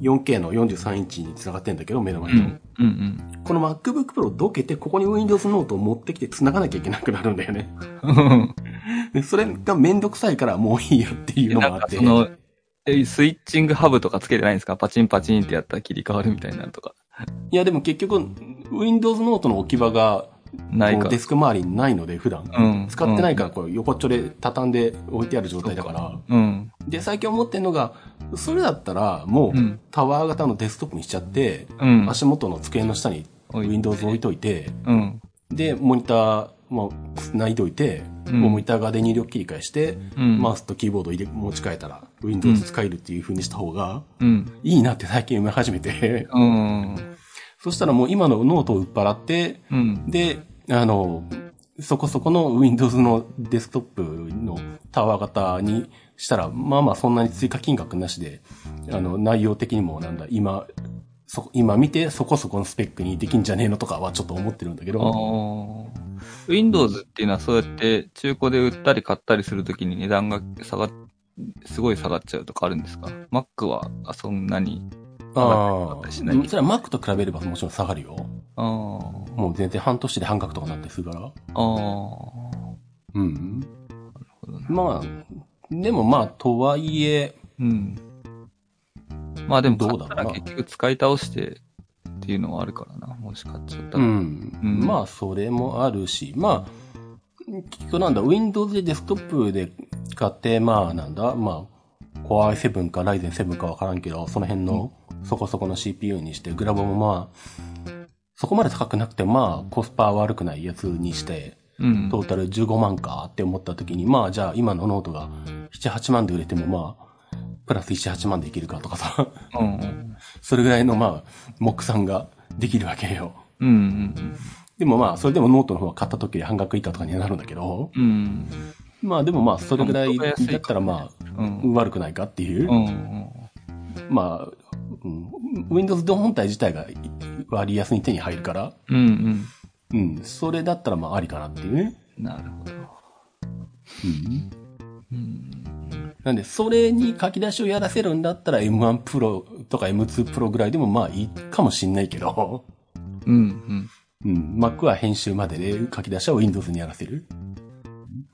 A: 4K の43インチに繋がってんだけど、目の
B: う
A: 前の。
B: ん。うん。
A: この MacBook Pro をどけて、ここに Windows ノートを持ってきて繋がなきゃいけなくなるんだよね。
B: うん。
A: で、それがめんどくさいからもういいよっていうのも
B: なん
A: あ
B: か
A: って。
B: その、えスイッチングハブとかつけてないんですかパチンパチンってやったら切り替わるみたいになるとか。
A: いやでも結局、Windows ノートの置き場が、
B: ない
A: こ
B: か
A: うデ。スク周りにないので、普段。
B: うん
A: 使ってないから、こう横っちょで畳んで置いてある状態だから。
B: うん。
A: で、最近思ってんのが、それだったら、もう、
B: うん
A: タワー型のデスクトップにしちゃって、
B: うん。
A: 足元の机の下に
B: 置いて
A: Windows 置いといて、
B: うん。
A: で、モニター、まあ、つないといて、
B: うん
A: もうモニター側で入力切り替えして、
B: うん
A: マウスとキーボードを入れ持ち替えたら、Windows 使えるっていう風にした方が、
B: うん。
A: いいなって最近思い始め て、
B: うん。
A: そしたらもう今のノートを売っ払って、
B: うん。
A: で、あの、そこそこの Windows のデスクトップのタワー型にしたら、まあまあそんなに追加金額なしで、あの、内容的にもなんだ、今、そ、今見てそこそこのスペックにできんじゃねえのとかはちょっと思ってるんだけ
B: あ
A: ど、
B: ー Windows っていうのはそうやって中古で売ったり買ったりするときに値段が下がっ、すごい下がっちゃうとかあるんですか ?Mac はそんなに。
A: ああ、
B: 私
A: それ
B: 何
A: は Mac と比べればもちろん下がるよ。
B: あー
A: もう全然半年で半額とかなってするから。
B: あー。
A: うん。
B: ほどね
A: まあ、でもまあ、とはいえ、
B: うん。まあでも、
A: ど
B: ど
A: う
B: う
A: だ
B: だ
A: ろうな
B: ら結局使い倒してっていうのはあるからな。もし買っちゃった
A: う
B: ら。
A: ん。
B: うん
A: まあ、それもあるし、まあ、結局なんだ、Windows でデスクトップで買って、まあ、なんだ、まあ、Core i7 か Ryzen 7かわからんけど、その辺のそこそこの CPU にして、グラボもまあ、そこまで高くなくて、まあ、コスパ悪くないやつにして、
B: うん。
A: トータル15万かって思った時に、まあ、じゃあ今のノートが7、8万で売れても、まあ、プラス1、8万でいけるかとかさ、
B: うん。
A: それぐらいの、まあ、目算ができるわけよ。
B: うん。うん。
A: でもまあ、それでもノートの方は買った時より半額以下とかにはなるんだけど、
B: うん。
A: まあでもまあ、それぐらい
B: 本当は安いか
A: だったらまあ、
B: うん。
A: 悪くないかっていう、
B: うん。うん
A: まあ、うん、Windows の本体自体が割安に手に入るから、
B: うん。
A: うん、それだったらまあありかなっていうね。
B: なるほど。
A: うん、
B: うん。
A: なんで、それに書き出しをやらせるんだったら M1 プロとか M2 プロぐらいでもまあいいかもしんないけど、
B: うん。うん。
A: うん、Mac は編集までで書き出しは Windows にやらせる。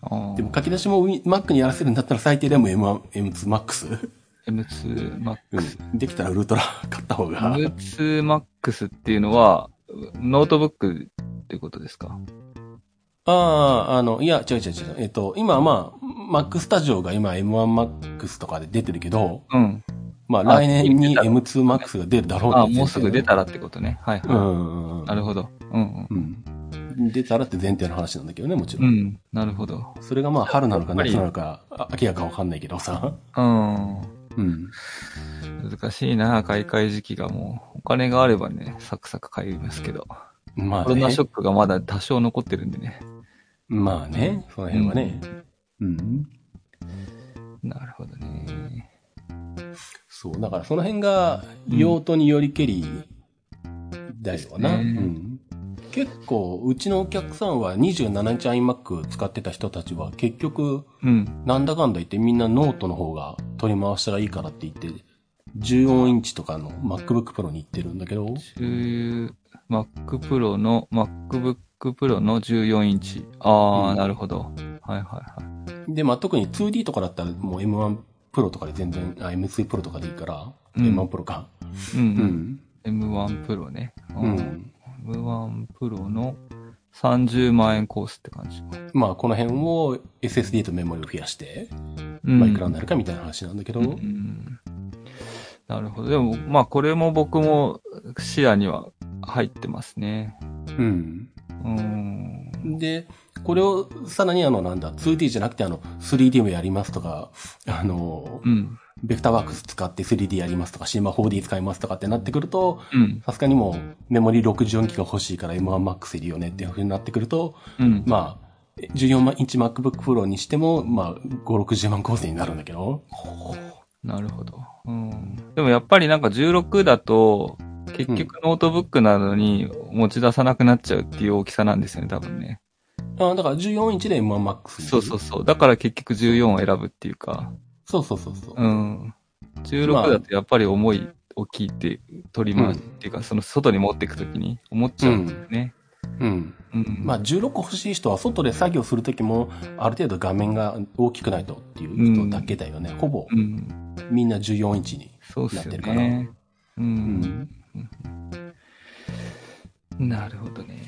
B: あ
A: でも
B: あ。
A: 書き出しも Win- Mac にやらせるんだったら最低でも M1、M2MAX。
B: M2 Max。
A: うん。できたらウルトラ買った方が。
B: M2 Max っていうのは、ノートブックっていうことですか
A: ああ、あの、いや、違う違う違う。えっと、今はまあ、Mac Studio が今 M1Max とかで出てるけど、
B: うん。
A: まあ
B: あ
A: 来年に
B: 出た
A: M2Max が出るだろう
B: ああ、もうすぐ出
A: た。
B: たらってことね。はいは
A: う
B: い。
A: ん。
B: なるほど。うん
A: うん。出たらって前提の話なんだけどね、もち
B: うん。う
A: ろん。
B: ん。なるほど。
A: それがまあ春なのか
B: やっぱり
A: 夏なのか、あ秋やかわかんないけどさ。
B: うん。
A: うん。
B: 難しいな、買い替え時期がもう。お金があればね、サクサク買いますけど。
A: ま
B: コ
A: あ
B: ロナ
A: ね
B: シ。ョックがまだ多少残ってるんでね。
A: まあね、その辺はね。うん。
B: なるほどね。
A: そう、だからその辺が用途によりけりだよな。
B: うん
A: うん結構、うちのお客さんは27インチ iMac 使ってた人たちは結局、
B: うん。
A: なんだかんだ言ってみんなノートの方が取り回したらいいからって言って、 14インチとかの MacBook Pro に行ってるんだけど、
B: 10 Mac Pro の、MacBook Pro の14インチ。ああ、
A: うん
B: なるほど。はいはいは
A: で、まあ、特に 2D とかだったらもう M1 Pro とかで全然、あ、M3 Pro とかでいいから、
B: うん
A: M1 Pro か。
B: い。うん、
A: う
B: うん
A: ん。
B: M1 Pro ね。
A: う
B: うん
A: ん。
B: M1 Pro の30万円コースって感じ。
A: まあ、この辺を SSD とメモリを増やして、
B: うん
A: まあ、いくらになるかみたいな話なんだけど、
B: うんなるほど。でも、まあ、これも僕も視野には入ってますね。
A: うん。
B: うん。
A: で、これをさらにあの、なんだ、2D じゃなくてあの、3D もやりますとか、あの
B: う、ん。
A: ベクターワークス使って 3D やりますとか、シーマ 4D 使いますとかってなってくると、
B: うん。
A: さすがにもうメモリ64ギガ欲しいから M1MAX いるよねっていう風になってくると、
B: うん。
A: まあ、14インチ MacBook Pro にしても、まあ、5、60万構成になるんだけど。
B: なるほど。うん。でもやっぱりなんか16だと、結局ノートブックなどに持ち出さなくなっちゃうっていう大きさなんですよね、多分ね。
A: あだから14インチで M1MAX。。
B: そうそううそう。だから結局14を選ぶっていうか、
A: そうそうそうそう。
B: うん。
A: まあ
B: 16だとやっぱり重い、大きいって取り回しっていうか、その外に持っていくときに思っちゃうんだよね。
A: うん。
B: うん。
A: まあ、16欲しい人は外で作業するときも、ある程度画面が大きくないとっていう人だけだよね。ほぼ
B: うん。
A: みんな14インチに。
B: そうっす
A: な
B: よ
A: ってるかな
B: ね。うん。なるほどね。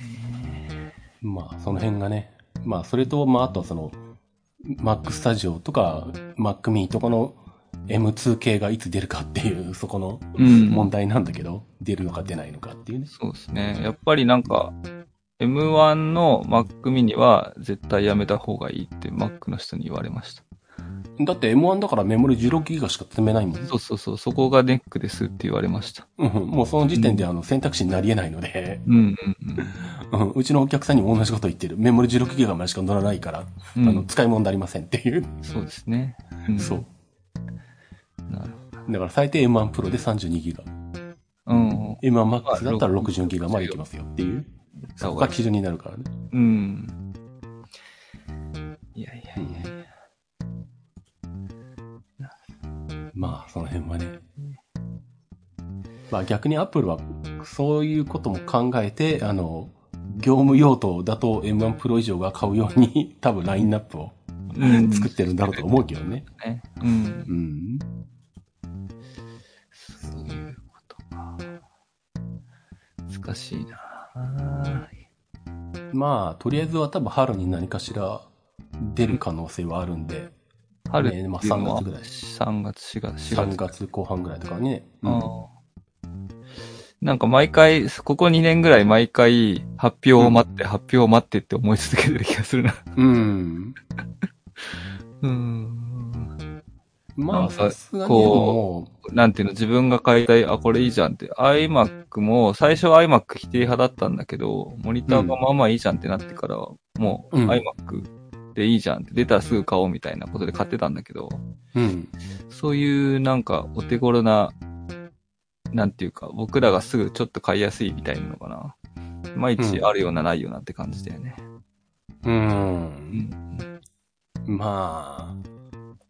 A: まあ、その辺がね。まあ、それと、まあ、あとはその、Mac Studio とか Mac Mini とかの M2 系がいつ出るかっていう、 そこの
B: うん
A: 問題なんだけど、出るのか出ないのかっていうね。
B: そうですね。やっぱりなんか、M1 の Mac mini は絶対やめた方がいいって Mac の人に言われました。
A: だって M1 だからメモリ16ギガしか積めないもん。
B: そうそうそう、そこがネックですって言われました。
A: うんもうその時点であの選択肢になり得ないので、
B: うんうん
A: うんうちのお客さんにも同じこと言ってる。メモリ16ギガまでしか乗らないから、
B: うん。
A: あ
B: う
A: の、
B: ん、
A: 使い物になりませんっていう。
B: そうですね。うん
A: そう。。
B: なる
A: だから最低 M1 Pro で32ギガ。
B: ほど。うん。
A: M1 Max だったら64ギガまでいきますよっていう。そこが基準になるからね。
B: うん。いやいやいや。
A: まあ、その辺はね。まあ逆に Apple は、そういうことも考えて、あの、業務用途だと M1 Pro 以上が買うように、 多分ラインナップを
B: うん
A: 作ってるんだろうと思うけどね。
B: ね。うん。
A: うん。
B: そういうことか。難しいな
A: まあ、とりあえずは多分春に何かしら出る可能性はあるんで、
B: 春
A: ねまあ3月ぐらい
B: 3月、4月、4月
A: 3月後半ぐらいとかね。
B: あーなんか毎回、ここ2年ぐらい毎回、発表を待って、発表を待ってって思い続けてる気がするな。
A: うん。
B: うん。
A: ま
B: な
A: あ、
B: んか
A: さすがにでもも
B: こなんていうの、自分が買いたい、あ、これいいじゃんって。iMac も、最初は iMac 否定派だったんだけど、モニターがまあまあいいじゃんってなってからは、もう
A: うん
B: iMac でいいじゃんって、出たらすぐ買おうみたいなことで買ってたんだけど、
A: う、うん。
B: そういうなんかお手頃な、なんていうか、僕らがすぐちょっと買いやすいみたいなのかな。いまいちあるようなないようなって感じだよね。
A: うん。まあ、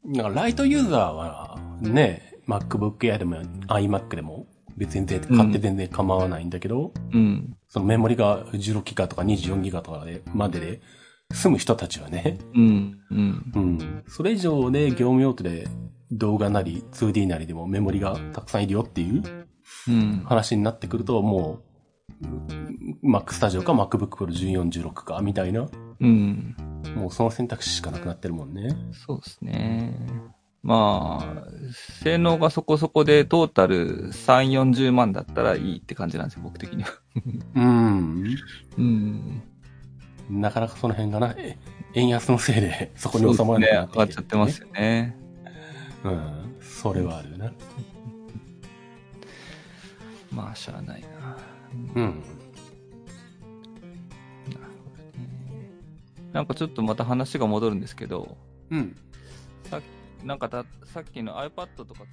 A: なんかライトユーザーはね、MacBook Air でも iMac でも別に全然買って全然構わないんだけど、
B: うん。
A: そのメモリが16ギガとか24ギガとかで、までで済む人たちはね、
B: うん。うん。
A: うん。それ以上で業務用途で動画なり 2D なりでもメモリがたくさんいるよっていう
B: うん。
A: 話になってくるともう、Mac Studio か MacBook Pro 14、16かみたいな、
B: うん。
A: もうその選択肢しかなくなってるもんね。
B: そうですね。まあ、性能がそこそこでトータル3、40万だったらいいって感じなんですよ、僕的には。
A: うん。
B: うん。
A: なかなかその辺がな、え円安のせいで、そこに
B: そうで
A: 収
B: す
A: まら
B: ね。
A: なく
B: 上
A: な
B: がっちゃってますよね。
A: うん。それはあるよな。
B: まあ、しゃあないな。
A: うん。
B: なんかちょっとまた話が戻るんですけど、
A: うん。
B: さなんかたさっきの iPad とか